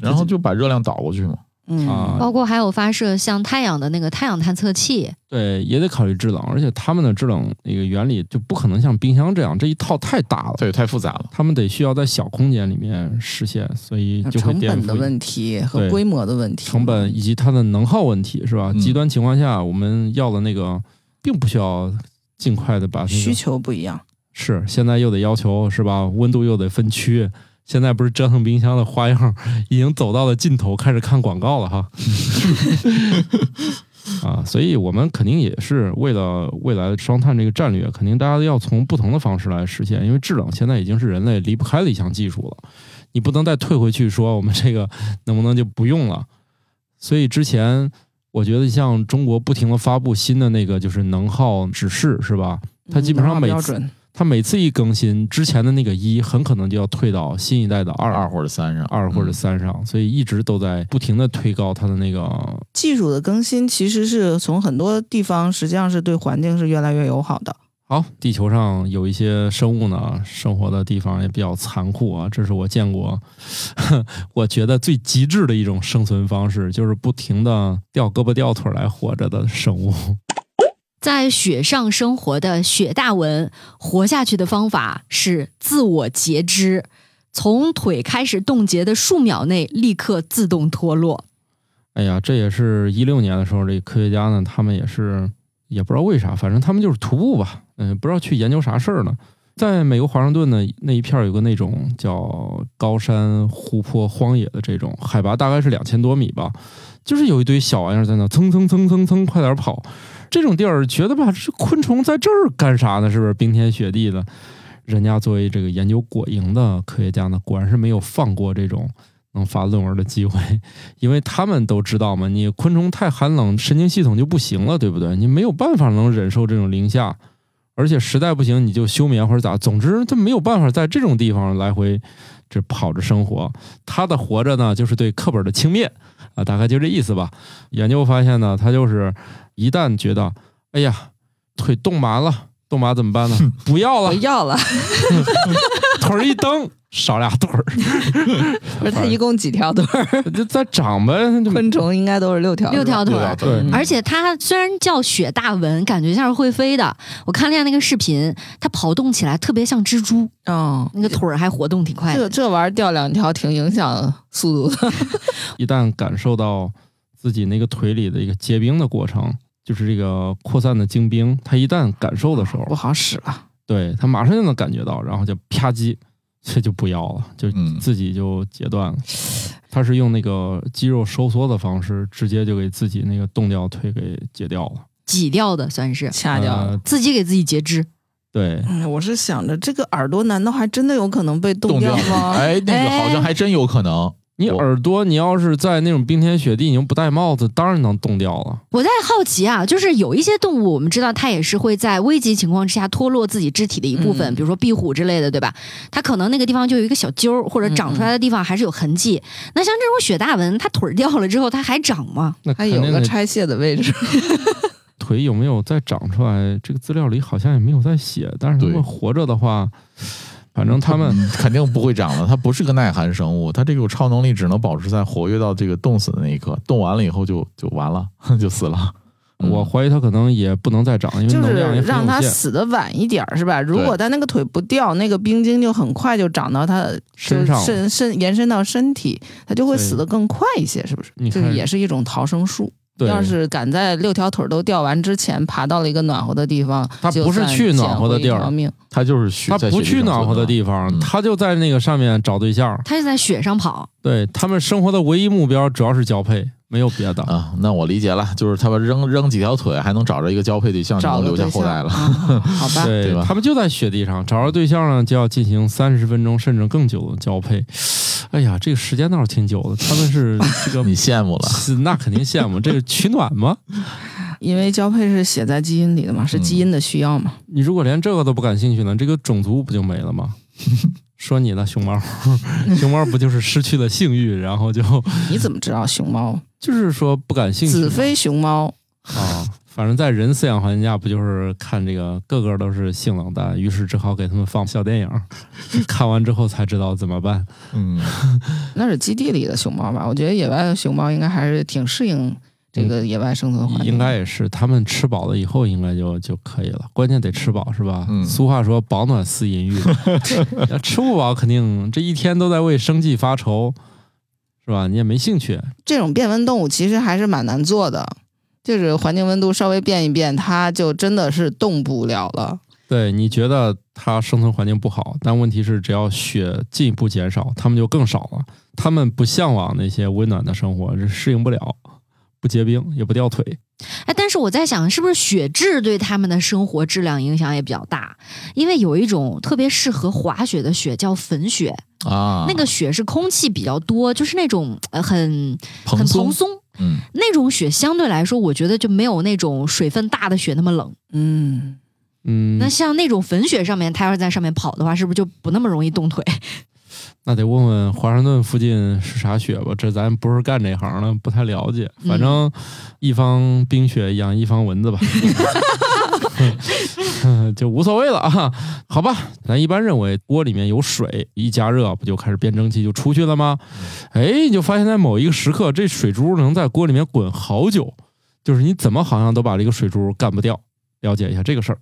B: 然后就把热量导过去嘛。
D: 嗯
C: 啊
A: 包括还有发射像太阳的那个太阳探测器，
C: 对，也得考虑制冷，而且他们的制冷那个原理就不可能像冰箱这样，这一套太大了，
B: 对，太复杂了。
C: 他们得需要在小空间里面实现，所以就会
D: 成
C: 颠
D: 本的
C: 覆
D: 问题和
C: 对
D: 规模的问题，
C: 成本以及它的能耗问题，是吧？
B: 嗯
C: 极端情况下，我们要的那个并不需要尽快的把那
D: 需
C: 个
D: 求不一样。
C: 是现在又得要求是吧？温度又得分区。现在不是折腾冰箱的花样 <laughs> 已经走到了尽头，开始看广告了哈。 <laughs> 啊，所以我们肯定也是为了未来双碳这个战略，肯定大家要从不同的方式来实现，因为制冷现在已经是人类离不开的一项技术了，你不能再退回去说我们这个能不能就不用了。所以之前我觉得像中国不停的发布新的那个就是能耗指示是吧？它基本
D: 嗯
C: 上每
D: 标
C: 次
D: 准
C: 它每次一更新，之前的那个一很可能就要退到新一代的二
B: 二或者三上，
C: 二或者
B: 嗯
C: 三上，所以一直都在不停的推高它的那个。
D: 技术的更新，其实是从很多地方实际上是对环境是越来越友好的。
C: 好，地球上有一些生物呢，生活的地方也比较残酷啊，这是我见过， <laughs> 我觉得最极致的一种生存方式，就是不停的掉胳膊掉腿儿来活着的生物。
A: 在雪上生活的雪大文活下去的方法是自我截肢，从腿开始冻结的数秒内立刻自动脱落。
C: 哎呀，这也是一六年的时候，这科学家呢，他们也是也不知道为啥，反正他们就是徒步吧，嗯，不知道去研究啥事儿呢。在美国华盛顿呢，那一片儿有个那种叫高山湖泊荒野的这种，海拔大概是两千多米吧，就是有一堆小玩意儿在那蹭蹭蹭蹭蹭，快点儿跑。这种地儿觉得吧，这昆虫在这儿干啥呢？是不是冰天雪地的？人家作为这个研究果蝇的科学家呢，果然是没有放过这种能发论文的机会。因为他们都知道嘛，你昆虫太寒冷，神经系统就不行了，对不对？你没有办法能忍受这种零下，而且实在不行你就休眠或者咋，总之他没有办法在这种地方来回这跑着生活。他的活着呢，就是对课本的轻蔑啊，大概就这意思吧。研究发现呢，他就是一旦觉得，哎呀，腿冻麻了，冻麻怎么办呢？不要了
D: 不，要了，
C: 腿儿一蹬，少俩对儿， <laughs>
D: 不是它一共几条腿儿？
C: 就再长呗，就
D: 昆虫应该都是六条，
A: 六条
D: 是
A: 腿
D: 吧
B: 对
A: 儿
B: 吧？
C: 对
D: 嗯
A: 而且它虽然叫雪大蚊，感觉像是会飞的。我看了一下那个视频，它跑动起来特别像蜘蛛，
D: 哦，
A: 那个腿儿还活动挺快
D: 这
A: 的。
D: 这玩意儿掉两条挺影响速度的。
C: 一旦感受到自己那个腿里的一个结冰的过程，就是这个扩散的精冰，它一旦感受的时候
D: 不，好使了，
C: 对它马上就能感觉到，然后就啪叽， <laughs> 这就不要了，就
B: 嗯
C: 自己就截断了。它是用那个肌肉收缩的方式，直接就给自己那个冻掉腿给截掉了，
A: 挤掉的算是
D: 掐掉了。
C: 呃
A: 自己给自己截肢。
C: 对，
D: 哎，我是想着这个耳朵难道还真的有可能被冻
B: 冻掉
D: 吗？
B: 哎，那个好像还真有可能。
C: 你
B: 我
C: 耳朵，你要是在那种冰天雪地，你又不戴帽子，当然能冻掉了。
A: 我在好奇啊，就是有一些动物，我们知道它也是会在危急情况之下脱落自己肢体的一部分，
D: 嗯
A: 比如说壁虎之类的，对吧？它可能那个地方就有一个小揪儿，或者长出来的地方还是有痕迹。那像这种雪大蚊，它腿儿掉了之后，它还长吗？
C: 那
D: 还
C: 肯
D: 有
C: 定
D: 个
C: 得
D: 拆卸的位置，
C: 腿有没有再长出来？这个资料里好像也没有在写，但是他
B: 对
C: 们活着的话，反正他们 <laughs>
B: 嗯肯定不会长了，它不是个耐寒生物，它这个超能力只能保持在活跃到这个冻死的那一刻，冻完了以后就就完了， <laughs> 就死了。嗯
C: 我怀疑他可能也不能再长，因为
D: 就
C: 嗯能
D: 是
C: 量也很
D: 让它
C: 有限。
D: 死的晚一点儿，是吧？如
B: 对
D: 果它那个腿不掉，那个冰晶就很快就长到它
C: 身上了
D: 伸伸延伸到身体，它就会
C: 对
D: 死得更快一些，是不是？
C: 你
D: 就
C: 看
D: 是也是一种逃生术。
C: 对，
D: 要是敢在六条腿都掉完之前爬到了一个暖和的地方，
C: 它
D: 就
C: 不是
D: 算
C: 去暖
D: 捡
C: 和的
D: 回一
C: 地儿
D: 条命
B: 它就是雪
C: 他
B: 在
C: 不
B: 雪地
C: 去
B: 上
C: 暖和的
B: 存
C: 地方，
B: 嗯
C: 他就在那个上面找对象。
A: 它就在雪上跑。
C: 对他们生活的唯一目标主要是交配，没有别的。
B: 啊，那我理解了，就是它把扔扔几条腿，还能找着一个交配对象，就
D: 找
B: 能留
D: 个
B: 下
D: 对
B: 后代
D: 象
B: 了。
D: 啊好吧，
C: <laughs> 对
B: 对吧
C: 他们就在雪地上找着对象呢，就要进行三十分钟甚至更久的交配。哎呀，这个时间倒是挺久的。他们是这个
B: <laughs> 你羡慕了，
C: 是那肯定羡慕，这个取暖嘛。
D: 因为交配是写在基因里的嘛，
C: 嗯
D: 是基因的需要嘛。
C: 你如果连这个都不感兴趣呢，这个种族不就没了吗？说你呢，熊猫，熊猫不就是失去了性欲，然后就 <laughs>
D: 你怎么知道熊猫？
C: 就是说不感兴趣
D: 子
C: 嘛
D: 非熊猫，
C: 啊。反正，在人饲养环境下，不就是看这个个个都是性冷淡，于是只好给他们放小电影，看完之后才知道怎么办。
B: 嗯，
D: 那是基地里的熊猫吧？我觉得野外的熊猫应该还是挺适应这个野外生存环境。
C: 嗯应该也是，他们吃饱了以后应该就就可以了，关键得吃饱是吧？
B: 嗯
C: 俗话说饱暖思淫欲，要吃不饱肯定这一天都在为生计发愁，是吧？你也没兴趣，
D: 这种变温动物其实还是蛮难做的，就是环境温度稍微变一变，它就真的是动不了了。
C: 对，你觉得它生存环境不好，但问题是，只要雪进一步减少，它们就更少了。它们不向往那些温暖的生活，是适应不了，不结冰，也不掉腿。
A: 哎，但是我在想，是不是雪质对他们的生活质量影响也比较大？因为有一种特别适合滑雪的雪叫粉雪，
B: 啊，
A: 那个雪是空气比较多，就是那种呃很
B: 蓬
A: 很蓬
B: 松，
A: 松。
B: 嗯，
A: 那种雪相对来说，我觉得就没有那种水分大的雪那么冷。
D: 嗯，
C: 嗯，
A: 那像那种粉雪上面，它要是在上面跑的话，是不是就不那么容易冻腿？
C: 那得问问华盛顿附近是啥雪吧，这咱不是干这行的，不太了解。反正一方冰雪养一方蚊子吧， <laughs> 就无所谓了啊。好吧，咱一般认为锅里面有水，一加热不就开始变蒸汽就出去了吗？哎，你就发现在某一个时刻，这水珠能在锅里面滚好久，就是你怎么好像都把这个水珠干不掉。了解一下这个事儿。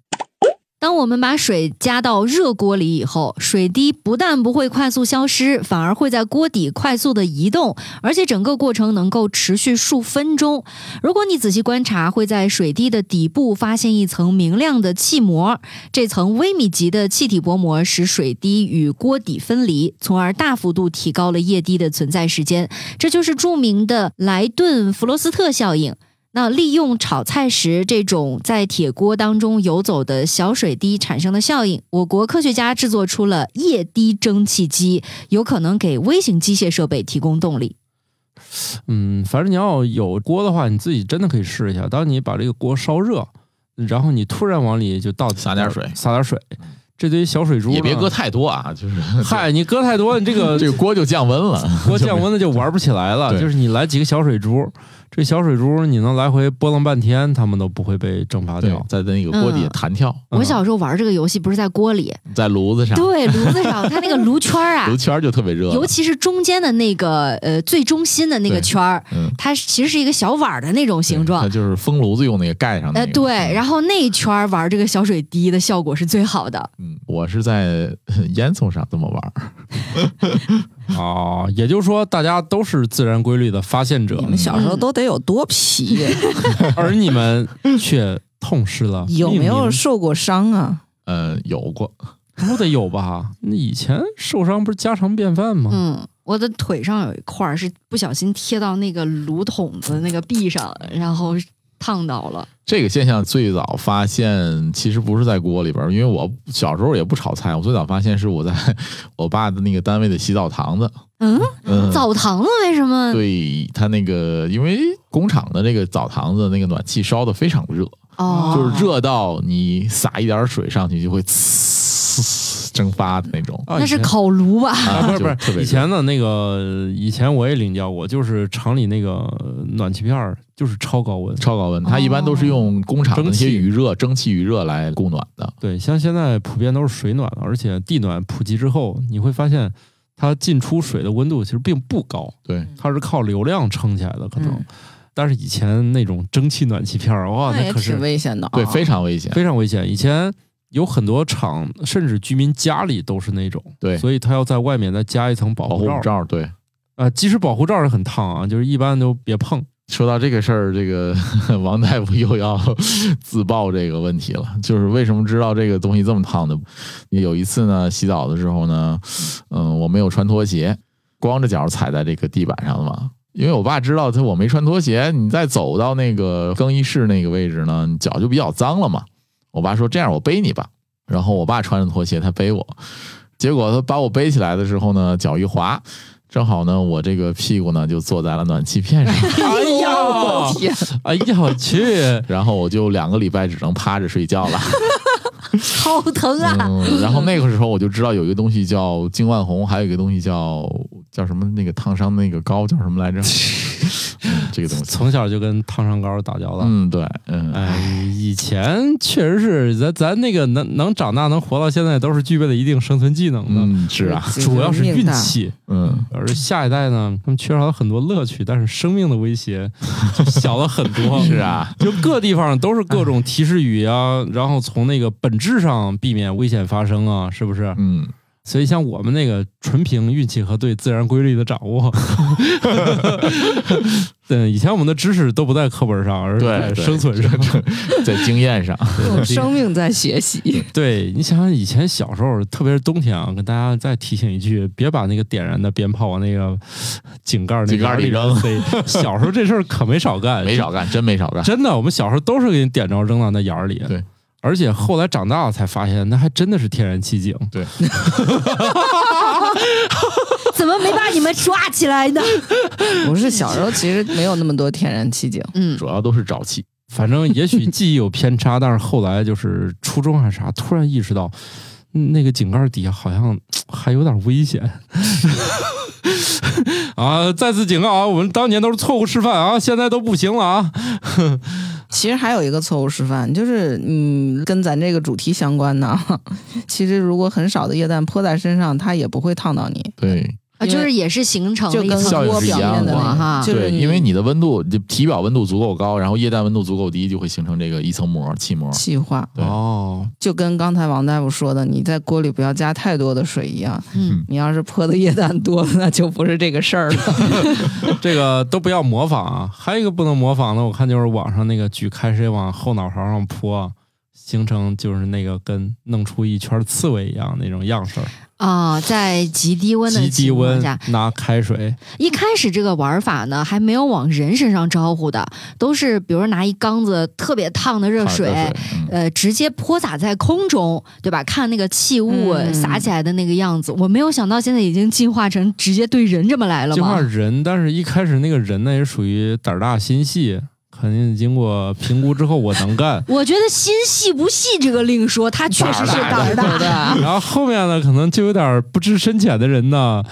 A: 当我们把水加到热锅里以后，水滴不但不会快速消失，反而会在锅底快速的移动，而且整个过程能够持续数分钟。如果你仔细观察，会在水滴的底部发现一层明亮的气膜，这层微米级的气体薄膜使水滴与锅底分离，从而大幅度提高了液滴的存在时间。这就是著名的莱顿弗罗斯特效应。那利用炒菜时这种在铁锅当中游走的小水滴产生的效应，我国科学家制作出了液滴蒸汽机，有可能给微型机械设备提供动力。
C: 嗯，反正你要有锅的话，你自己真的可以试一下。当你把这个锅烧热，然后你突然往里就倒
B: 撒点水
C: 撒点水，这堆小水珠
B: 也别
C: 呢
B: 搁。太多啊，就是
C: <laughs> 嗨，你
B: <laughs>
C: 搁太多，你这个
B: 这个锅就降温了，
C: 锅降温了就玩不起来了。
B: 对
C: 就是你来几个小水珠，这小水珠你能来回拨楞半天，它们都不会被蒸发
B: 对
C: 掉，。
B: 在那个锅底下
A: 嗯
B: 弹跳，
A: 我小时候玩这个游戏不是在锅里，
B: 在炉子上，
A: 对，炉子上它那个炉圈儿啊
B: 啊 <laughs> 炉，圈就特别热了，
A: 尤其是中间的那个呃最中心的那个
B: 对
A: 圈儿，
B: 嗯，
A: 它其实是一个小碗儿的那种形
B: 对它
A: 状。
B: 就是封炉子用那个盖上的
A: 呃，
B: 那个。嗯
A: 对，然
B: 后
A: 后那一圈儿玩这个小水滴的效果是最好的。
B: 嗯，我是在呃烟囱上这么玩儿，
C: 哦，也就是说，大家都是自然规律的发现者
D: 你，们小时候都得有多皮，
C: 而你们却痛失了
D: <laughs> 有没
C: 命
D: 有
C: 名
D: 受过伤啊？
B: 呃，有过，
C: 都得有吧？那以前受伤不是家常便饭吗？
A: 嗯，我的腿上有一块儿是不小心贴到那个炉筒子那个壁上，然后烫到了。
B: 这个现象最早发现其实不是在锅里边儿，因为我小时候也不炒菜，我最早发现是我在 <laughs> 我爸的那个单位的洗澡堂子，
A: 嗯，
B: 嗯，
A: 澡堂子为什么？
B: 对他那个，因为工厂的这个澡堂子那个暖气烧的非常热，
A: 哦，
B: 就是热到你撒一点水上去就会呲蒸发的那种，
C: 啊
A: 那是烤炉吧？
B: 啊
C: 啊，不是
B: 就
C: 不是，
B: 特别热
C: 以前的那个，以前我也领教过，就是厂里那个呃暖气片儿，就是超高温。
B: 超高温，它一般都是用工厂的那些余热、蒸汽余热来供暖的。
C: 对，像现在普遍都是水暖，而且地暖普及之后，你会发现它进出水的温度其实并不高，
B: 对，
C: 它是靠流量撑起来的，可能。
D: 嗯
C: 但是以前那种蒸汽暖气片儿，哇，
D: 那也
C: 那可是
D: 挺危险的啊。
B: 对，非常危险。
C: 非常危险。以前有很多厂，甚至居民家里都是那种，
B: 对
C: 所以它要在外面再加一层保
B: 保护
C: 护罩。
B: 罩儿，对。
C: 啊、即使保护罩是很烫啊，就是一般都别碰。
B: 说到这个事儿，这个 <laughs> 王大夫又要 <laughs> 自曝这个问题了，就是为什么知道这个东西这么烫的？有一次呢，洗澡的时候呢，嗯，我没有穿拖鞋，光着脚踩在这个地板上的嘛。因为我爸知道他我没穿拖鞋，你再走到那个更衣室那个位置呢，你脚就比较脏了嘛。我爸说这样我背你吧，然后我爸穿着拖鞋他背我，结果他把我背起来的时候呢，脚一滑，正好呢我这个屁股呢就坐在了暖气片上。
C: 哎
D: 我
C: 呀，
D: 天，
C: 哎呀，我去！
B: 然后我就两个礼拜只能趴着睡觉了。
A: 好疼啊！
B: 嗯，然后那个时候我就知道有一个东西叫金万红，还有一个东西叫叫什么那个烫伤那个膏叫什么来着？嗯这个东西。
C: 从小就跟烫伤膏打交道。
B: 嗯，对，嗯，
C: 哎，以前确实是咱咱那个能能长大能活到现在，都是具备了一定生存技能的，
B: 嗯，是啊，
C: 主要是运
D: 命大
C: 气。
B: 嗯，
C: 而下一代呢，他们缺少了很多乐趣，但是生命的威胁就小了很多。
B: <laughs> 是，啊，哎
C: 就各地方都是各种提示语啊，然后从那个本质上避免危险发生啊，是不是？
B: 嗯，
C: 所以像我们那个纯凭运气和对自然规律的掌握， <laughs> 对，以前我们的知识都不在课本上，而是
B: 对
C: 在
B: 对
C: 生存上。
B: <laughs> 在经验上，
D: 用生命在学习，
C: <laughs> 对你想想，以前小时候，特别是冬天啊，跟大家再提醒一句，别把那个点燃的鞭炮往那个井盖儿那
B: 井盖儿
C: 里
B: 里
C: 边
B: 扔
C: 塞。小时候这事儿可没少干，
B: <laughs> 没少干，真没少干。
C: 真的，我们小时候都是给你点着扔到那眼儿里。
B: 对。
C: 而且后来长大了才发现，那还真的是天然气井。
B: 对，
A: 怎么没把你们抓起来呢？
D: <laughs> 不是小时 <laughs> 候其实没有那么多天然气井，
A: 嗯，
B: 主要都是沼气。
C: 反正也许记忆有偏差，但是后来就是初中还是啥，突然意识到嗯那个井盖儿底下好像还有点危险。 <laughs> 啊！再次警告啊，我们当年都是错误示范啊，现在都不行了啊。
D: 其实还有一个错误示范，就是嗯，跟咱这个主题相关的啊， <laughs> 其实如果很少的液氮泼在身上，它也不会烫到你。
B: 对
A: 啊，
D: 因
A: 就
D: 为
A: 是也是形成了
D: 就
A: 一
D: 跟
A: 层
B: 效应
D: 锅
B: 是一
D: 表
B: 样
D: 面的
B: 的
D: 那个
A: 哈
D: 就是
B: 对，因为你的温度，就体表温度足够高，然后液氮温度足够低，就会形成这个一层膜气膜。
D: 气化，
B: 对
C: 哦，
D: 就跟刚才王大夫说的，你在锅里不要加太多的水一样。
A: 嗯，
D: 你要是泼的液氮多了，那就不是这个事儿了。
C: 这个都不要模仿啊。还有一个不能模仿的，我看就是网上那个举开水往后脑勺上泼，啊形成就是那个跟弄出一圈刺猬一样那种样式儿。
A: 啊，在极低温的
C: 极低
A: 情况
C: 温
A: 下，
C: 拿开水，
A: 一开始这个玩法呢，还没有往人身上招呼的，都是比如拿一缸子特别烫的热
B: 烫
A: 水，
B: 嗯
A: 呃，直接泼洒在空中，对吧？看那个气雾
D: 嗯
A: 洒起来的那个样子，我没有想到现在已经进化成直接对人这么来了
C: 净
A: 吗？。
C: 化人，但是一开始那个人呢也属于胆儿大心细，肯定经过评估之后我能干
A: <laughs> 我觉得心细不细这个另说，他确实是胆儿
D: 对
A: 大
D: 不。对？
C: 然后后面呢，可能就有点不知深浅的人呢，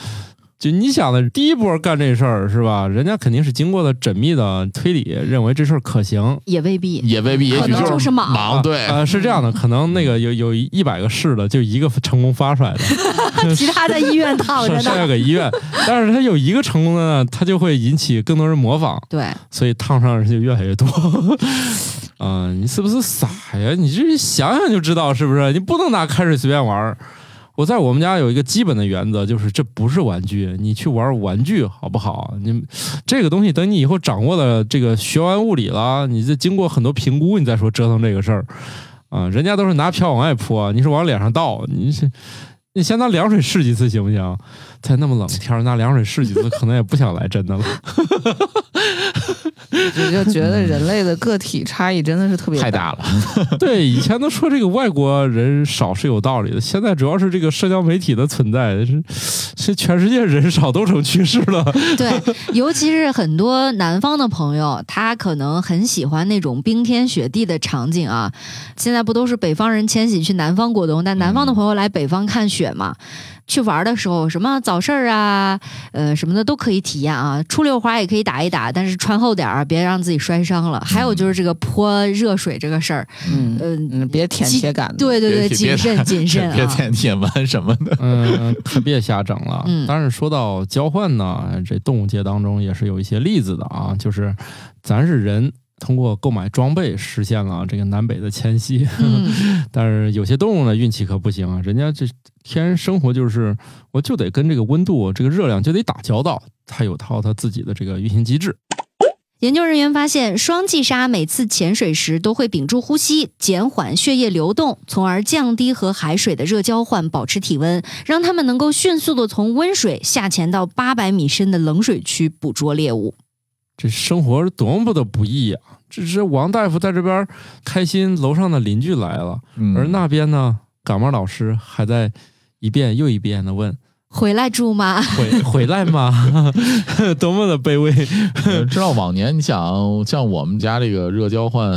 C: 就你想的第一波干这事儿是吧？人家肯定是经过了缜密的推理，认为这事儿可行。
A: 也未 <laughs> 必。
B: 也未必，也
A: 可
B: 许
A: 能
B: 就
A: 就是是莽
B: 忙，对，
C: 啊、是这样的，可能那个有有一百个试的，就一个成功发出来的，
A: 其他在医院躺着
C: 剩
A: <laughs>
C: 剩
A: 呢。
C: 下给医院。但是他有一个成功的呢，他就会引起更多人模仿，
A: 对，
C: 所以烫伤人就越来越多。 <laughs> 啊、你是不是傻呀？你这想想就知道是不是？你不能拿开水随便玩儿。我在我们家有一个基本的原则，就是这不是玩具，你去玩玩具好不好？你这个东西，等你以后掌握了这个学完物理了，你这经过很多评估，你再说折腾这个事儿啊、人家都是拿瓢往外泼，你是往脸上倒，你是你先拿凉水试几次行不行？在那么冷的天儿拿凉水试几次，可能也不想来真的了。
D: 就就觉得人类的个体差异真的是特别
B: 太
D: 大。
A: <laughs>
B: 大了。
C: 对，以前都说这个外国人少是有道理的，现在主要是这个社交媒体的存在，是是全世界人少都成趋势了。
A: 对，尤其是很多南方的朋友，他可能很喜欢那种冰天雪地的场景啊。现在不都是北方人迁徙去南方过冬，但南
B: 嗯
A: 方的朋友来北方看雪嘛，去玩的时候什么早市儿啊，呃什么的都可以体验啊。出溜滑也可以打一打，但是穿厚点儿，啊别让自己摔伤了。还有就是这个泼热水这个事儿，
D: 嗯
A: 嗯、
D: 嗯，别舔铁杆子。
A: 对对对，
B: 别别
A: 谨慎谨慎
B: <laughs> 别
A: 啊。
B: 舔铁门什么的，
C: 嗯，可别瞎整了。
A: 嗯
C: 但是说到交换呢，这动物界当中也是有一些例子的啊，就是咱是人。通过购买装备实现了这个南北的迁徙，
A: 嗯，
C: <laughs> 但是有些动物呢运气可不行啊，人家这天然生活就是我就得跟这个温度、这个热量就得打交道，它有套它自己的这个运行机制。
A: 研究人员发现，双髻鲨每次潜水时都会屏住呼吸，减缓血液流动，从而降低和海水的热交换，保持体温，让它们能够迅速的从温水下潜到八百米深的冷水区捕捉猎物。
C: 这生活是多么的不易啊！这是王大夫在这边儿开心，楼上的邻居来了，
B: 嗯
C: 而那边呢，感冒老师还在一遍又一遍的
D: 嗯
C: 问
A: 回来住吗？
C: 回 <laughs> 回来吗？多么的卑
D: <laughs>
C: 微！
B: 呃知道往年你想像我们家这个热交换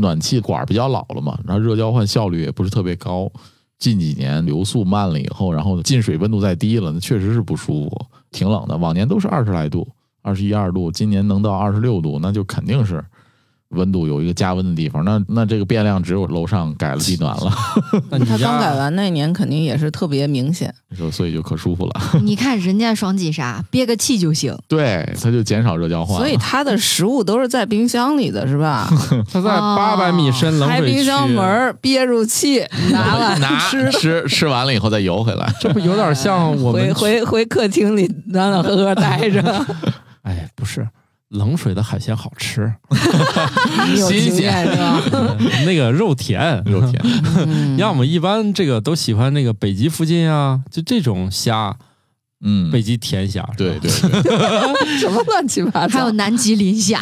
B: 暖气管儿比较老了嘛，然后热交换效率也不是特别高。近几年流速慢了以后，然后进水温度再低了，那确实是不舒服，挺冷的。往年都是二十来度，二十一二度，今年能到二十六度，那就肯定是温度有一个加温的地方。那那这个变量只有楼上改了地暖了， <laughs>
C: 那你
D: 他刚改
C: 家
D: 完那年肯定也是特别明显，
B: 就所以就可舒服了。
A: 你看人家双髻鲨憋个气就行，
B: 对，它就减少热交换了。
D: 所以他的食物都是在冰箱里的，是吧？
C: 他在
A: 哦
C: 八百米深冷
D: 开
C: 水
D: 冰
C: 区，
D: 箱门儿憋住气，拿
C: <laughs>
D: 来
B: 拿
D: 吃。
B: 吃吃完了以后再游回来。
C: 这不有点像我们
D: <laughs> 回回回客厅里暖暖和和待着，
C: <laughs>
D: <laughs>
C: 哎，不是冷水的海鲜好吃，
D: 你有
B: 新
D: 经
B: 鲜
D: 验是吧？
C: <laughs> 那个肉甜，
B: 肉甜，
D: 嗯
C: 要么一般这个都喜欢那个北极附近啊，就这种虾，
B: 嗯，
C: 北极甜虾，是吧
B: 对对对，
D: <laughs> 什么乱七八
A: <laughs>
C: <laughs>
A: 还有
D: 糟？
A: 南极磷虾，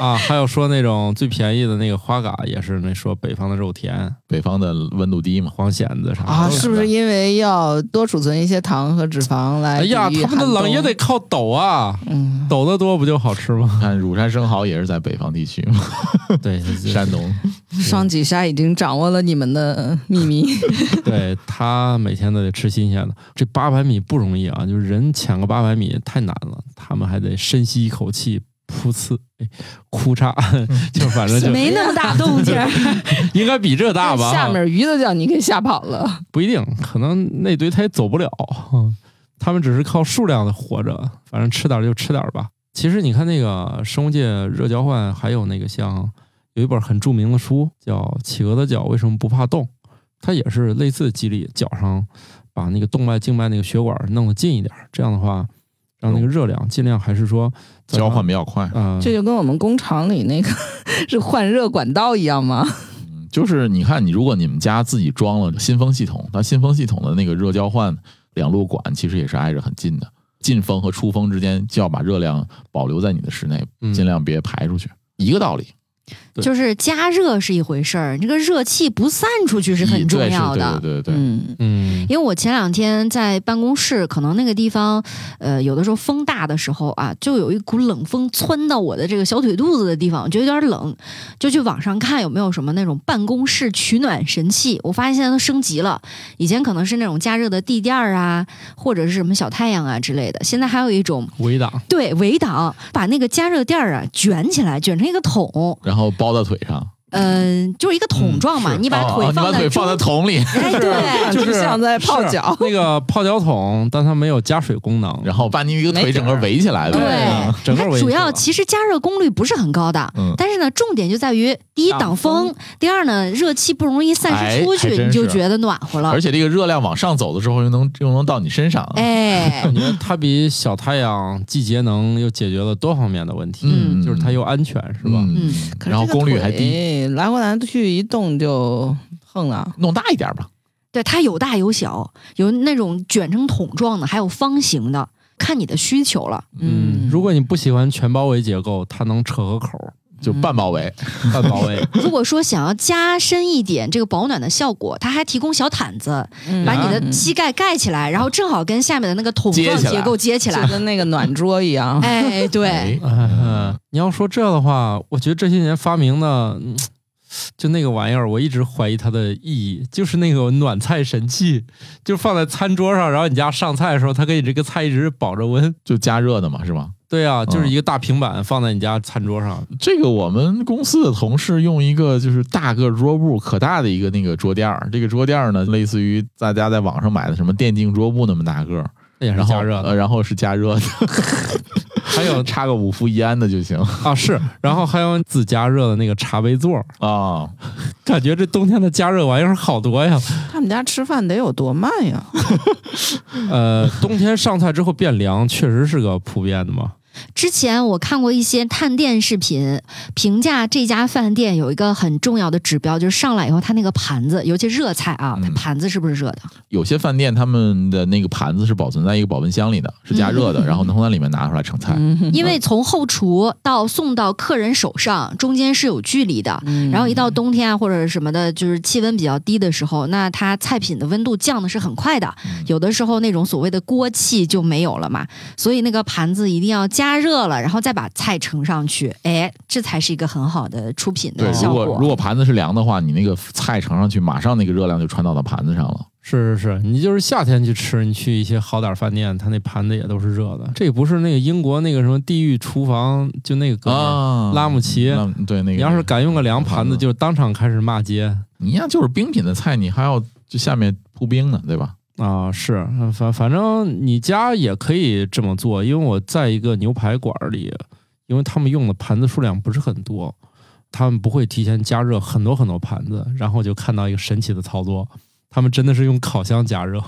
C: 啊，还有说那种最便宜的那个花蛤，也是那说北方的肉甜、
B: 北方的温度低嘛，
C: 黄蚬子啥的
D: 啊，
C: 都
D: 是不是因为要多储存一些糖和脂肪来
C: 哎
D: 抵御
C: 呀，
D: 寒冬？
C: 他们的冷也得靠抖啊，
D: 嗯，
C: 抖得多不就好吃吗？
B: 你看乳山生蚝也是在北方地区嘛，
C: 对，
B: 山东。
C: 嗯
D: 双髻鲨已经掌握了你们的
C: <laughs>
D: 秘密。
C: <laughs> 对他每天都得吃新鲜的。这八百米不容易啊，就是人潜个八百米太难了，他们还得深吸一口气。噗呲，哎，哭嚓， <laughs> 就反正就
A: 没那么大动静儿。
C: 应该比这大吧？嗯
D: 下面鱼都叫你给吓跑了。
C: 不一定，可能那堆他也走不了，嗯他们只是靠数量的活着，反正吃点儿就吃点儿吧。其实你看那个生物界热交换，还有那个像有一本很著名的书叫《企鹅的脚为什么不怕冻》，它也是类似的激励，脚上把那个动脉、静脉那个血管弄得近一点儿，这样的话让那个热量尽量还是说在
B: 交换比较快，
C: 啊、
D: 这就跟我们工厂里那个 <laughs> 是换热管道一样吗？
B: 嗯就是你看，你如果你们家自己装了新风系统，它新风系统的那个热交换两路管其实也是挨着很近的，进风和出风之间就要把热量保留在你的室内，
C: 嗯
B: 尽量别排出去，一个道理。
C: 对
A: <laughs> 就是加热是一回事儿，这个热气不散出去是很重要的。
B: 对对对对对，
D: 嗯，
C: 嗯，
A: 因为我前两天在办公室，可能那个地方，呃，有的时候风大的时候啊，就有一股冷风窜到我的这个小腿肚子的地方，我觉得有点冷，就去网上看有没有什么那种办公室取暖神器。我发现现在都升级了，以前可能是那种加热的地垫儿啊，或者是什么小太阳啊之类的，现在还有一种
C: 围挡
A: 对围挡，把那个加热垫儿啊卷起来，卷成一个桶，
B: 然后包到腿上，
A: 嗯、就是一个桶状嘛，
C: 嗯是
A: 你把
B: 哦
A: 腿
B: 哦你把
A: 放
B: 腿
A: 在
B: 放在
A: 中，
B: 桶里，
A: 哎，对，
C: 就是
D: 像在泡脚
C: 是啊那个泡脚桶，但它没有加水功能。
B: 然后把你一个
D: 没
B: 腿
D: 底儿
B: 整个围起来
A: 对
B: 呗。
C: 啊整个
A: 它
C: 围
A: 主
C: 起来
A: 要
C: 了
A: 其实加热功率不是很高的，
B: 嗯
A: 但是呢，重点就在于第一
C: 挡
A: 挡风，第二呢，热气不容易散
B: 哎
A: 失出去，
B: 还真
A: 你就是觉得暖
D: 啊
A: 和了
B: 而。且这个热量往上走的时候，又能又能到你身上。啊
A: 哎
B: <laughs>
C: 感，觉它比小太阳既节能又解决了多方面的问题，
A: 嗯
C: 就是它又安全，是吧？
A: 嗯
D: 可是
B: 然后
D: 这个
B: 功率还低，
D: 腿，来回来去一动就横了。
B: 弄大一点吧。
A: 对，它有大有小，有那种卷成桶状的，还有方形的，看你的需求
B: <laughs>
A: 了。
D: 嗯
C: 如果你不喜欢全包围结构，它能扯合口儿、
D: 嗯
B: 就半包围，
C: 半包围，
A: 如果说想要加深一点这个保暖的效果，它还提供小毯子，
D: 嗯
A: 把你的
D: 嗯
A: 膝盖盖起来，然后正好跟下面的那个桶
B: 接
A: 状
B: 起来
A: 结构接起
B: <laughs>
D: 就
A: 来。
D: 跟那个暖桌一样。
A: 哎，对，
B: 哎
C: 嗯，你要说这的话，我觉得这些年发明的，嗯就那个玩意儿，我一直怀疑它的意义，就是那个暖菜神器，就放在餐桌上，然后你家上菜的时候，它给你这个菜一直保着温。
B: 就加热的嘛，是吗？
C: 对啊，就是
B: 嗯
C: 一个大平板放在你家餐桌上，
B: 这个我们公司的同事用一个就是大个桌布可大的一个那个桌垫儿，这个桌垫儿呢，类似于大家在网上买的什么电竞桌布那么大个儿，
C: 那也是
B: 然后
C: 加热的。
B: 呃，然后是加热的， <laughs>
C: 还有
B: 插个五伏一安的就
C: <laughs>
B: 行
C: 啊，是，然后还有自加热的那个茶杯座儿，
B: 啊。
C: 感觉这冬天的加热玩意儿好多呀。
D: 他们家吃饭得有多慢呀？
C: 呃，冬天上菜之后变凉，确实是个普遍的嘛。
A: 之前我看过一些探店视频，评价这家饭店有一个很重要的指标，就是上来以后它那个盘子，尤其热菜啊，它
B: 嗯
A: 盘子是不是热的？
B: 有些饭店他们的那个盘子是保存在一个保温箱里的，是加热的，
C: 嗯
B: 然后能从那里面拿出来盛菜。
D: 嗯
A: 因为从后厨到送到客人手上，中间是有距离的。
B: 嗯
D: 嗯
A: 然后一到冬天啊或者什么的，就是气温比较低的时候，那它菜品的温度降的是很快的。
B: 嗯
A: 有的时候那种所谓的锅气就没有了嘛，所以那个盘子一定要加热了，然后再把菜盛上去，哎，这才是一个很好的出品
B: 对
C: 嗯
A: 的，效
B: 如果
A: 果。
B: 如果盘子是凉的话，你那个菜盛上去，马上那个热量就传导到盘子上了。
C: 是是是，你就是夏天去吃，你去一些好点儿饭店，它那盘子也都是热的。这不是那个英国那个什么地狱厨房，就那个哥们儿、
B: 啊
C: 拉姆齐。
B: 那对那个，
C: 你要是敢用个凉盘子，就当场开始骂街
B: 你呀，就是冰品的菜，你还要就下面铺冰呢，对吧？
C: 啊！是，嗯反反正你家也可以这么做，因为我在一个牛排馆儿里，因为他们用的盘子数量不是很多，他们不会提前加热很多很多盘子，然后就看到一个神奇的操作，他们真的是用烤箱加热。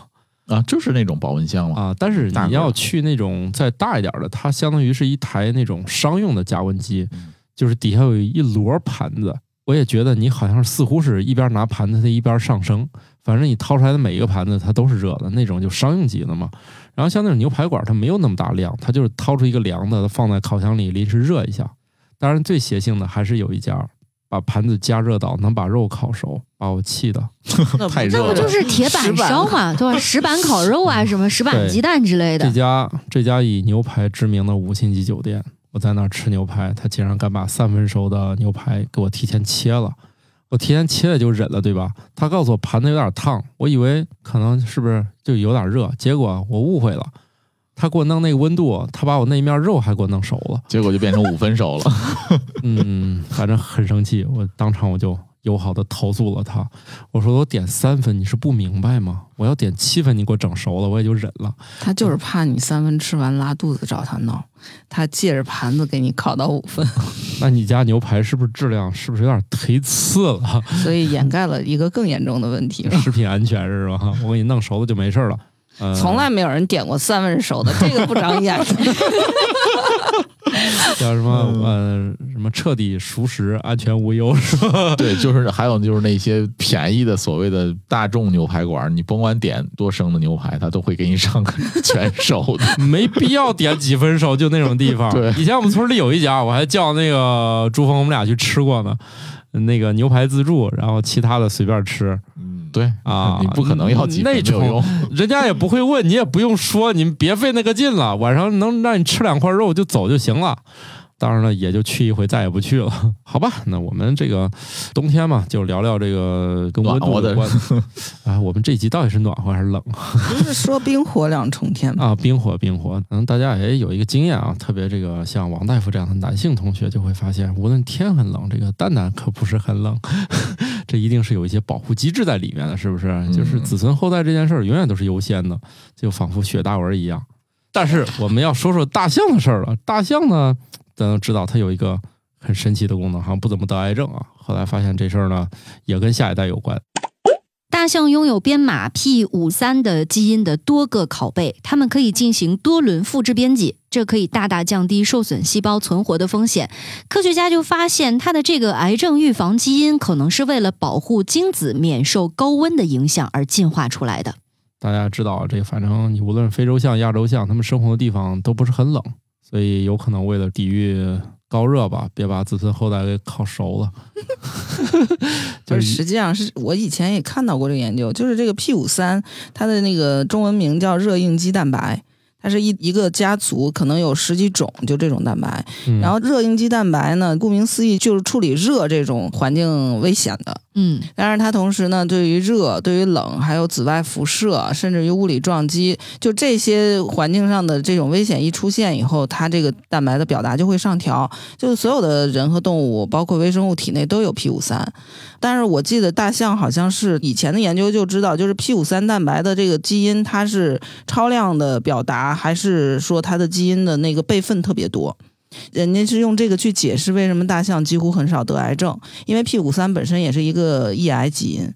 B: 啊，就是那种保温箱嘛。
C: 啊，但是
B: 大
C: 你
B: 个儿
C: 要去那种再大一点儿的，它相当于是一台那种商用的加温机
B: 嗯，
C: 就是底下有一摞盘子。我也觉得你好像似乎是一边拿盘子，它一边上升。反正你掏出来的每一个盘子，它都是热的，那种就商用级的嘛。然后像那种牛排馆，它没有那么大量，它就是掏出一个凉的，放在烤箱里临时热一下。当然，最邪性的还是有一家把盘子加热到能把肉烤熟，把我气的。
D: 那
B: 太热
D: 热
A: 那不就是铁板烧嘛，对吧？石板烤肉啊，什么石板
C: 对
A: 鸡蛋之类
C: 这
A: 的。
C: 家这家以牛排知名的五星级酒店，我在那儿吃牛排，他竟然敢把三分熟的牛排给我提前切了。我提前切也就忍了，对吧？他告诉我盘子有点烫，我以为可能是不是就有点热，结果我误会了。他给我弄那个温度，他把我那一面肉还给我弄熟了。
B: 结果就变成五分
C: <laughs>
B: 熟了。
C: 嗯，反正很生气，我当场我就友好的投诉了他。我说我点三分，你是不明白吗？我要点七分，你给我整熟了，我也就忍了。
D: 他就是怕你三分吃完拉肚子找他闹，他借着盘子给你烤到五分，
C: 那你家牛排是不是质量是不是有点忒次
D: <laughs>
C: 了？
D: 所以掩盖了一个更严重的问题嘛。
C: 食品安全是吧？我给你弄熟了就没事儿了。呃
D: <laughs> 从来没有人点过三分熟的，这个不长眼。
C: 叫什么
D: 嗯
C: 呃什么彻底熟食安全无忧是吧？ <laughs>
B: 对，就是还有就是那些便宜的所谓的大众牛排馆，你甭管点多生的牛排，他都会给你上个全熟
C: <laughs>
B: 的。
C: 没必要点几分熟，就那种地方。
B: 对
C: 以前我们村里有一家，我还叫那个朱峰，我们俩去吃过呢。那个牛排自助，然后其他的随便吃，
B: 对
C: 啊
B: 嗯
C: 嗯
B: 你不可能要几分
C: 那
B: 没
C: 种
B: 有用。
C: 人家也不会问，你也不用说，你们别费那个劲了。晚上能让你吃两块肉就走就行了。当然了，也就去一回，再也不去了， <laughs> 好吧？那我们这个冬天嘛，就聊聊这个跟温
B: 暖和
C: 度
B: 的
C: 有关。啊，我们这集到底是暖和还是冷？
D: <laughs> 不是说冰火两重天吗？
C: 啊，冰火冰火，可能大家也有一个经验啊，特别这个像王大夫这样的男性同学就会发现，无论天很冷，这个蛋蛋可不是很冷， <laughs> 这一定是有一些保护机制在里面的，是不是？就是子孙后代这件事儿永远都是优先的，就仿佛雪大文一样。但是我们要说说大象的事儿了，大象呢，咱都知道它有一个很神奇的功能，好像不怎么得癌症啊。后来发现这事儿呢，也跟下一代有关。
A: 大象拥有编码 P 五三的基因的多个拷贝，它们可以进行多轮复制编辑，这可以大大降低受损细胞存活的风险。科学家就发现，它的这个癌症预防基因可能是为了保护精子免受高温的影响而进化出来的。
C: 大家知道，这反正你无论非洲象、亚洲象，它们生活的地方都不是很冷，所以有可能为了抵御高热吧，别把子孙后代给烤熟了。
D: 就
C: 就是是
D: 实际上是我以前也看到过这个研究，就是这个 P 五三，它的那个中文名叫热应激蛋白，它是一一个家族可能有十几种，就这种蛋白。
C: 嗯
D: 然后热应激蛋白呢，顾名思义就是处理热这种环境危险的。
A: 嗯，
D: 但是它同时呢，对于热、对于冷，还有紫外辐射，甚至于物理撞击，就这些环境上的这种危险一出现以后，它这个蛋白的表达就会上调。就是所有的人和动物，包括微生物体内都有 P 五三，但是我记得大象好像是以前的研究就知道，就是 P 五三蛋白的这个基因，它是超量的表达，还是说它的基因的那个备份特别多？人家是用这个去解释为什么大象几乎很少得癌症，因为 P 五三本身也是一个抑癌基因，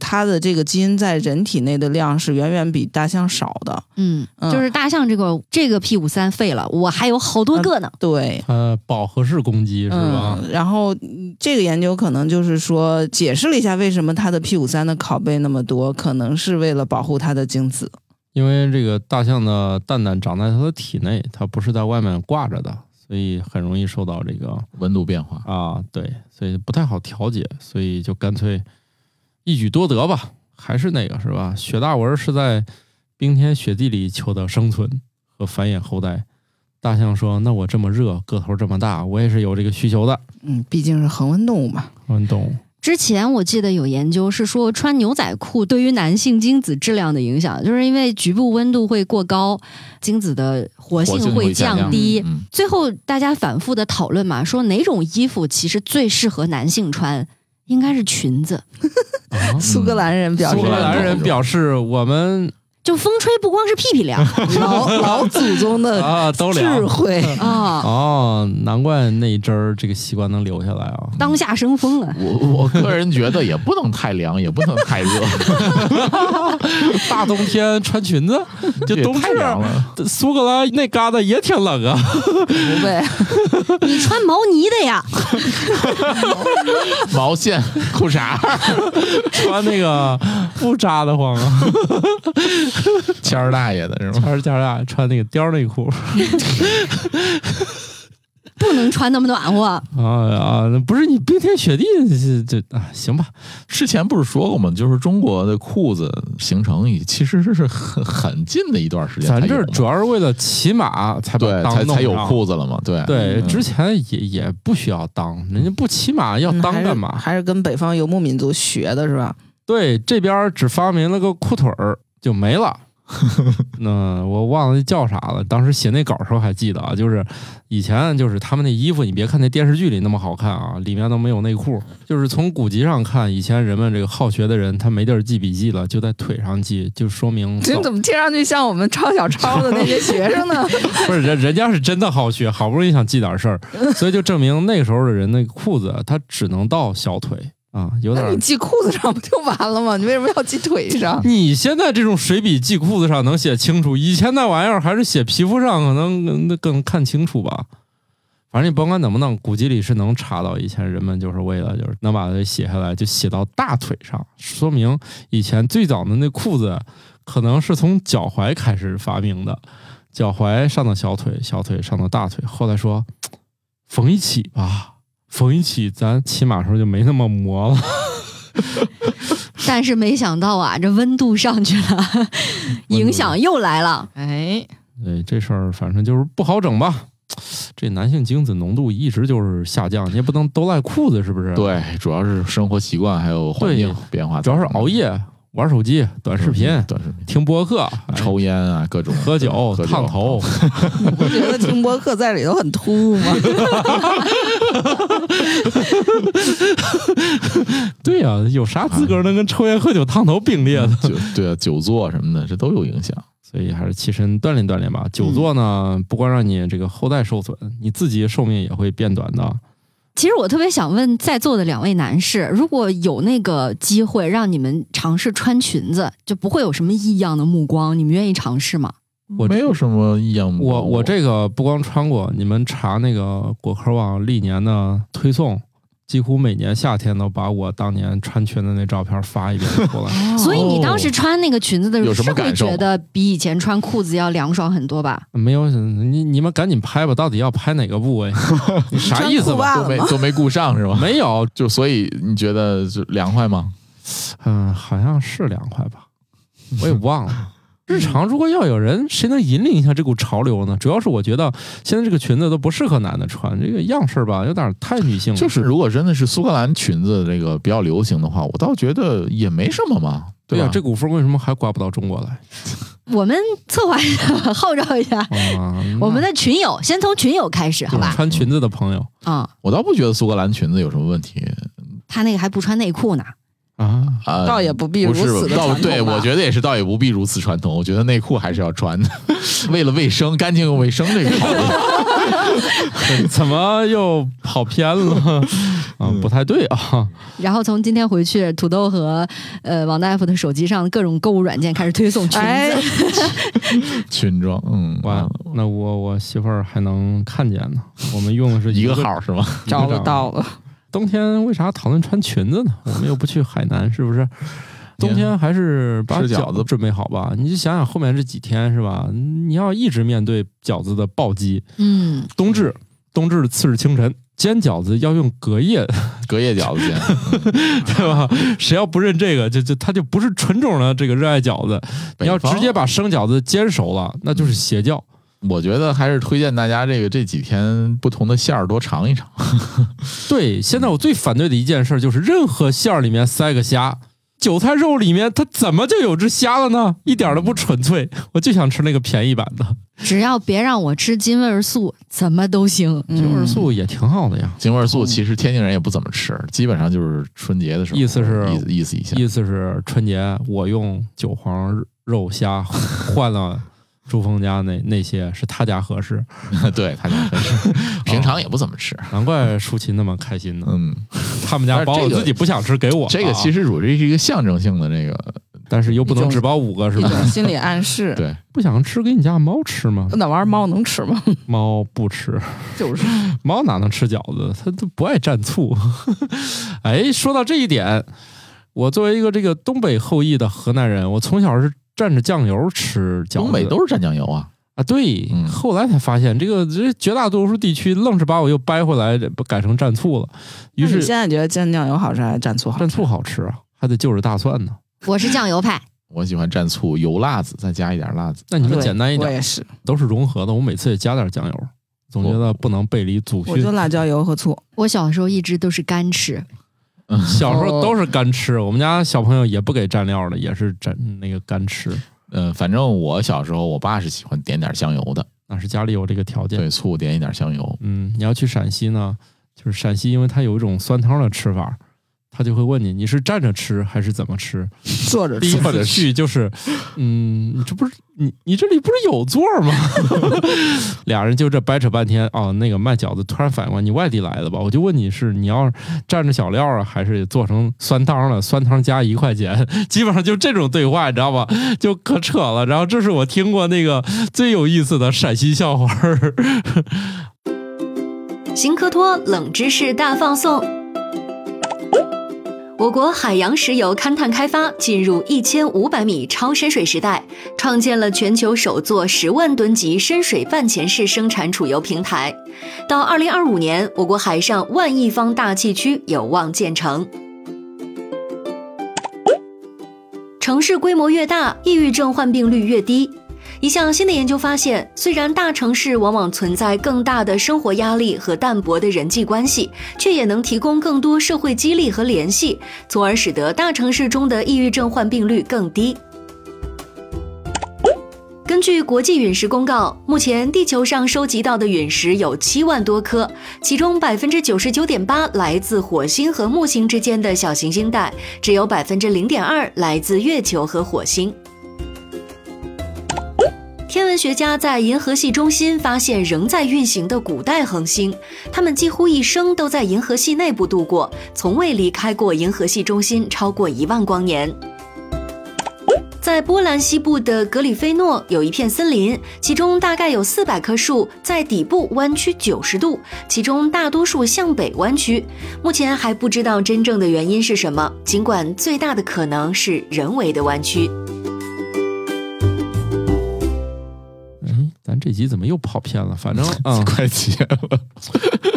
D: 它的这个基因在人体内的量是远远比大象少的。
A: 嗯，
D: 嗯
A: 就是大象这个这个 P 五三废了，我还有好多个呢。
D: 对，
C: 呃，饱和式攻击是吧？
D: 嗯，然后嗯这个研究可能就是说解释了一下为什么它的 P 五三的拷贝那么多，可能是为了保护它的精子。
C: 因为这个大象的蛋蛋长在它的体内，它不是在外面挂着的，所以很容易受到这个
B: 温度变化，
C: 啊，对，所以不太好调节，所以就干脆一举多得吧。还是那个是吧？雪大文是在冰天雪地里求得生存和繁衍后代。大象说：“那我这么热，个头这么大，我也是有这个需求的。
D: 嗯，毕竟是恒温动物嘛。”
C: 温动
A: 之前我记得有研究是说，穿牛仔裤对于男性精子质量的影响，就是因为局部温度会过高，精子的活
B: 活
A: 性
B: 性会
A: 降
B: 降
A: 低。
B: 嗯，
A: 最后大家反复的讨论嘛，说哪种衣服其实最适合男性穿，应该是裙子。
C: 啊，
D: 苏格兰人表示，
C: 苏格兰人表示
B: <laughs>
C: 我们
A: 就风吹不光是屁屁 <laughs> 凉
C: <laughs>
D: 老老祖宗的
C: 啊都
D: 智
C: 聊
D: 慧。
A: 啊，
C: 哦，难怪那一阵儿这个习惯能留下来啊。
A: 当下生风啊。
B: 我嗯我个人觉得也不能太凉，也不能太热，
C: 大冬天穿裙
B: <laughs>
C: 子， <laughs> 就
B: 也
C: 冬
B: 太凉了。
C: 至苏格兰那旮瘩也挺冷啊。
D: 不呗，
A: <laughs> 你穿毛呢的呀？
B: 毛线 <laughs> 裤衩
C: <laughs>
B: 儿，
C: 穿那个 <laughs> 不扎得慌啊，
B: 谦儿大爷的是吗？
C: 还是加拿大穿那个貂内裤 <laughs>
A: 不能穿那么暖和。
C: 啊啊！那不是你冰天雪地这这啊，行吧？
B: 之前不是说过吗？就是中国的裤子形成已其实是是很很近的一段时间才有的，
C: 咱这儿主要是为了骑马才把
B: 对
C: 裆
B: 才
C: 弄
B: 才有
C: 上。
B: 裤子了嘛？对
C: 对，
B: 嗯
C: 之前也也不需要裆，人家不骑马 <laughs> 要
D: 嗯
C: 裆
D: 还是
C: 干嘛？
D: 还是跟北方游牧民族学的是吧？
C: 对，这边儿只发明了个裤腿儿就没了。那我忘了叫啥了，当时写那稿儿时候还记得啊，就是以前就是他们那衣服，你别看那电视剧里那么好看啊，里面都没有内裤。就是从古籍上看，以前人们这个好学的人，他没地儿记笔记了，就在腿上记，就说明
D: 这
C: 走
D: 怎么听上去像我们抄小抄的那些学生呢？
C: 不是人人家是真的好学，
D: <laughs>
C: 好不容易想记点事儿，所以就证明那个时候的人那个裤子它只能到小腿，啊，有点
D: 那
C: 儿
D: 你。系裤子上不就完了吗？你为什么要系腿
C: <laughs>
D: 上？
C: 你现在这种水笔系裤子上能写清楚，以前那玩意儿还是写皮肤上可能更那更看清楚吧。反正你甭管怎么弄，古籍里是能查到，以前人们就是为了就是能把它写下来，就写到大腿上，说明以前最早的那裤子可能是从脚踝开始发明的，脚踝上到小腿，小腿上到大腿，后来说缝一起吧，缝一起，咱骑马时候就没那么磨了。
A: 但是没想到啊，这温度上去了，影响又来了。
D: 哎，
C: 对，这事儿反正就是不好整吧。这男性精子浓度一直就是下降，你也不能都赖裤子，是不是？，
B: 对，主要是生活习惯还有环境变化，
C: 主要是熬夜、玩手机、短视频、
B: 短视频、
C: 听播客、哎
B: 抽烟啊，各种嗯
C: 喝酒、
B: 喝酒
C: 烫头。
D: 你不觉得听播客在里头很突兀吗？
C: 对呀、有啥资
B: 哎
C: 格能跟抽烟、喝酒、烫头并列的？
B: 酒对啊，久坐什么的，这都有影响。
C: 所以还是起身锻炼锻炼吧。久坐呢，不光让你这个后代受损，你自己寿命也会变短的。
A: 其实我特别想问在座的两位男士，如果有那个机会让你们尝试穿裙子，就不会有什么异样的目光，你们愿意尝试吗？
C: 我
B: 没有什么异样。
C: 我我这个不光穿过，你们查那个果壳网历年的推送，几乎每年夏天都把我当年穿裙的那照片发一遍出
A: <laughs>
C: 来。
A: 所以你当时穿那个裙子的时候，
B: 有什
A: 是
B: 么
A: 会
B: 感受
A: 觉得比以前穿裤子要凉爽很多吧？
C: 没有，你你们赶紧拍吧，到底要拍哪个部位？你啥意思
D: 穿裤
C: 吧？
D: 袜
B: 都没
D: 了吗？
B: 都没顾上是吧？
C: 没有，
B: <laughs> 就所以你觉得就凉快吗？
C: 嗯，好像是凉快吧，我也忘了。日常如果要有人谁能引领一下这股潮流呢？主要是我觉得现在这个裙子都不适合男的穿，这个样式儿吧有点太女性了。
B: 就是如果真的是苏格兰裙子这个比较流行的话，我倒觉得也没什么嘛，
C: 对呀、
B: 吧？
C: 这股风为什么还刮不到中国来？
A: 我们策划一下，号召一下，
C: 啊
A: <laughs> 我们的群友，先从群友开始，好
C: 就是
A: 吧？
C: 穿裙子的朋友
A: 啊、
B: 我倒不觉得苏格兰裙子有什么问题
A: 他那个还不穿内裤呢。
C: 啊，
B: 啊。
D: 倒也不必如
B: 不是
D: 此的
B: 倒
D: 传统
B: 对，
D: 吧
B: 我觉得也是，倒也不必如此传统。我觉得内裤还是要穿的， <laughs> 为了卫生，干净又卫生这个考虑。
C: <laughs>
D: <laughs>
C: 怎么又跑偏了？啊，
B: 嗯
C: 不太对啊！
A: 然后从今天回去，土豆和呃王大夫的手机上各种购物软件开始推送裙子。
D: 哎，
B: 裙装，嗯，
C: 完了，那我我媳妇儿还能看见呢。我们用的是
B: <laughs> 一
C: 个
B: 个号是吗？
C: 一个
D: 找
C: 账
D: 得到了，
C: 冬天为啥讨论穿裙子呢？我们又不去海南，是不是？冬天还是把
B: 吃饺
C: 饺
B: 子
C: 子准备好吧。你就想想后面这几天是吧？你要一直面对饺子的暴击。
A: 嗯，
C: 冬至，冬至次日清晨煎饺子要用隔夜 <laughs>
B: 隔夜饺子煎，
C: 对吧？谁要不认这个，就就他就不是纯种的这个热爱饺子。 <laughs> 你要
B: 北方
C: 直接把生饺子煎熟了，那就是邪教。
B: 我觉得还是推荐大家这个这几天不同的馅儿多尝一尝。
C: 对，现在我最反对的一件事就是，任何馅儿里面塞个虾，韭菜肉里面它怎么就有只虾了呢？一点儿都不纯粹。我就想吃那个便宜版的，
A: 只要别让我吃金味儿素，怎么都行。
D: 嗯
C: 金味素也挺好的呀。
B: 京味素其实天津人也不怎么吃，基本上就是春节的时候，
C: 意思是
B: 意思意思一下。
C: 意思是春节我用韭黄肉虾换了朱峰家那那些是他家合适，
B: <laughs> 对他家真是，平常也不怎么吃。
C: 难怪舒淇那么开心呢。
B: 嗯，
C: 他们家包
B: 但是这
C: 我
B: 个
C: 自己不想吃，给我
B: 这个其
C: 实，
B: 实属于是一个象征性的这个，
C: 但是又不能只包五个，是
D: 一
C: 吧？
D: 种心理暗示。
B: 对，
C: 不想吃，给你家猫吃吗？
D: 那玩意儿猫能吃吗？
C: 猫不吃，
D: 就是
C: <laughs> 猫哪能吃饺子？它都不爱蘸醋。 <laughs> 哎，说到这一点，我作为一个这个东北后裔的河南人，我从小是蘸着酱油吃饺子。
B: 东北都是蘸酱油啊。
C: 啊，对，
B: 嗯
C: 后来才发现这个这绝大多数地区愣是把我又掰回来，不改成蘸醋了。于
D: 那
C: 是
D: 你现在觉得蘸酱油好吃还是蘸醋好
C: 蘸？醋好吃啊，还得就着大蒜呢。
A: 我是酱油派，
B: 我喜欢蘸醋、油辣子，再加一点辣子。
C: 那你们
D: 对
C: 简单一点
D: 我，也是，
C: 都是融合的。我每次也加点酱油，总觉得不能背离祖
D: 我就
C: 训。
D: 辣椒油和醋。
A: 我小时候一直都是干吃。
C: 小时候都是干吃，我们家小朋友也不给蘸料的，也是蘸那个干吃。
B: 嗯，反正我小时候，我爸是喜欢点点香油的，
C: 那是家里有这个条件。
B: 对，醋点一点香油。
C: 嗯，你要去陕西呢，就是陕西，因为它有一种酸汤的吃法，他就会问你你是站着吃还是怎么吃。
D: 坐着
C: 第一
D: 吃，
C: 次去就是，嗯，你这不是你你这里不是有座吗？ <laughs> 俩人就这掰扯半天啊、那个卖饺子突然反应过来，你外地来的吧？我就问你是你要蘸着小料啊，还是做成酸汤了？酸汤加一块钱， <laughs> 基本上就这种对话，你知道吧？就可扯了。然后这是我听过那个最有意思的陕西笑话儿。 <laughs>
E: 新科托冷知识大放送。我国海洋石油勘探开发进入一千五百米超深水时代，创建了全球首座十万吨级深水半潜式生产储油平台。到二零二五年，我国海上万亿方大气区有望建成。城市规模越大，抑郁症患病率越低。一项新的研究发现，虽然大城市往往存在更大的生活压力和淡薄的人际关系，却也能提供更多社会激励和联系，从而使得大城市中的抑郁症患病率更低。根据国际陨石公告，目前地球上收集到的陨石有七万多颗，其中百分之九十九点八来自火星和木星之间的小行星带，只有百分之零点二来自月球和火星。天文学家在银河系中心发现仍在运行的古代恒星，它们几乎一生都在银河系内部度过，从未离开过银河系中心超过一万光年。在波兰西部的格里菲诺有一片森林，其中大概有四百棵树在底部弯曲九十度，其中大多数向北弯曲。目前还不知道真正的原因是什么，尽管最大的可能是人为的弯曲。
C: 哎，咱这集怎么又跑偏了？ <laughs> 反正啊。
B: <laughs> 快结了。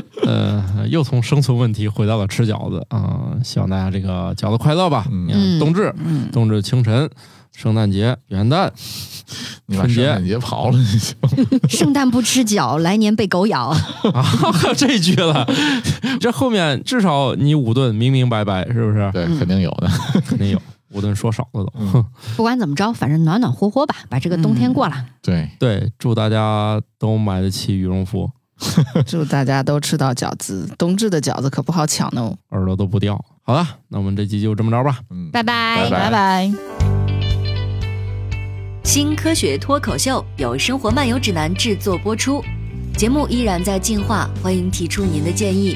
C: <laughs> 呃，又从生存问题回到了吃饺子啊、希望大家这个饺子快乐吧！
B: 嗯
C: 你看冬至，
D: 嗯，
C: 冬至清晨，圣诞节、元
D: <laughs>
C: 旦，
B: 你把
C: 春
B: 圣
C: 节
B: 诞节刨了就行。
A: 圣诞不吃饺，来年被狗咬。
C: 啊， <laughs> 还有这一句了， <laughs> 这后面至少你五顿明明白白，是不是？ <laughs>
B: 对，肯定有的。
C: 肯定有五顿说少了都。
A: 不管怎么着，反正暖暖和和吧，把这个冬天过了。
B: 对，
C: 对，祝大家都买得起羽绒服，
D: 祝大家都吃到饺子，冬至的饺子可不好抢哦。
C: 耳朵都不掉。好了，那我们这集就这么着吧。
B: 嗯，
A: 拜拜
B: 拜拜
D: 拜。
E: 新科学脱口秀由生活漫游指南制作播出，节目依然在进化，欢迎提出您的建议，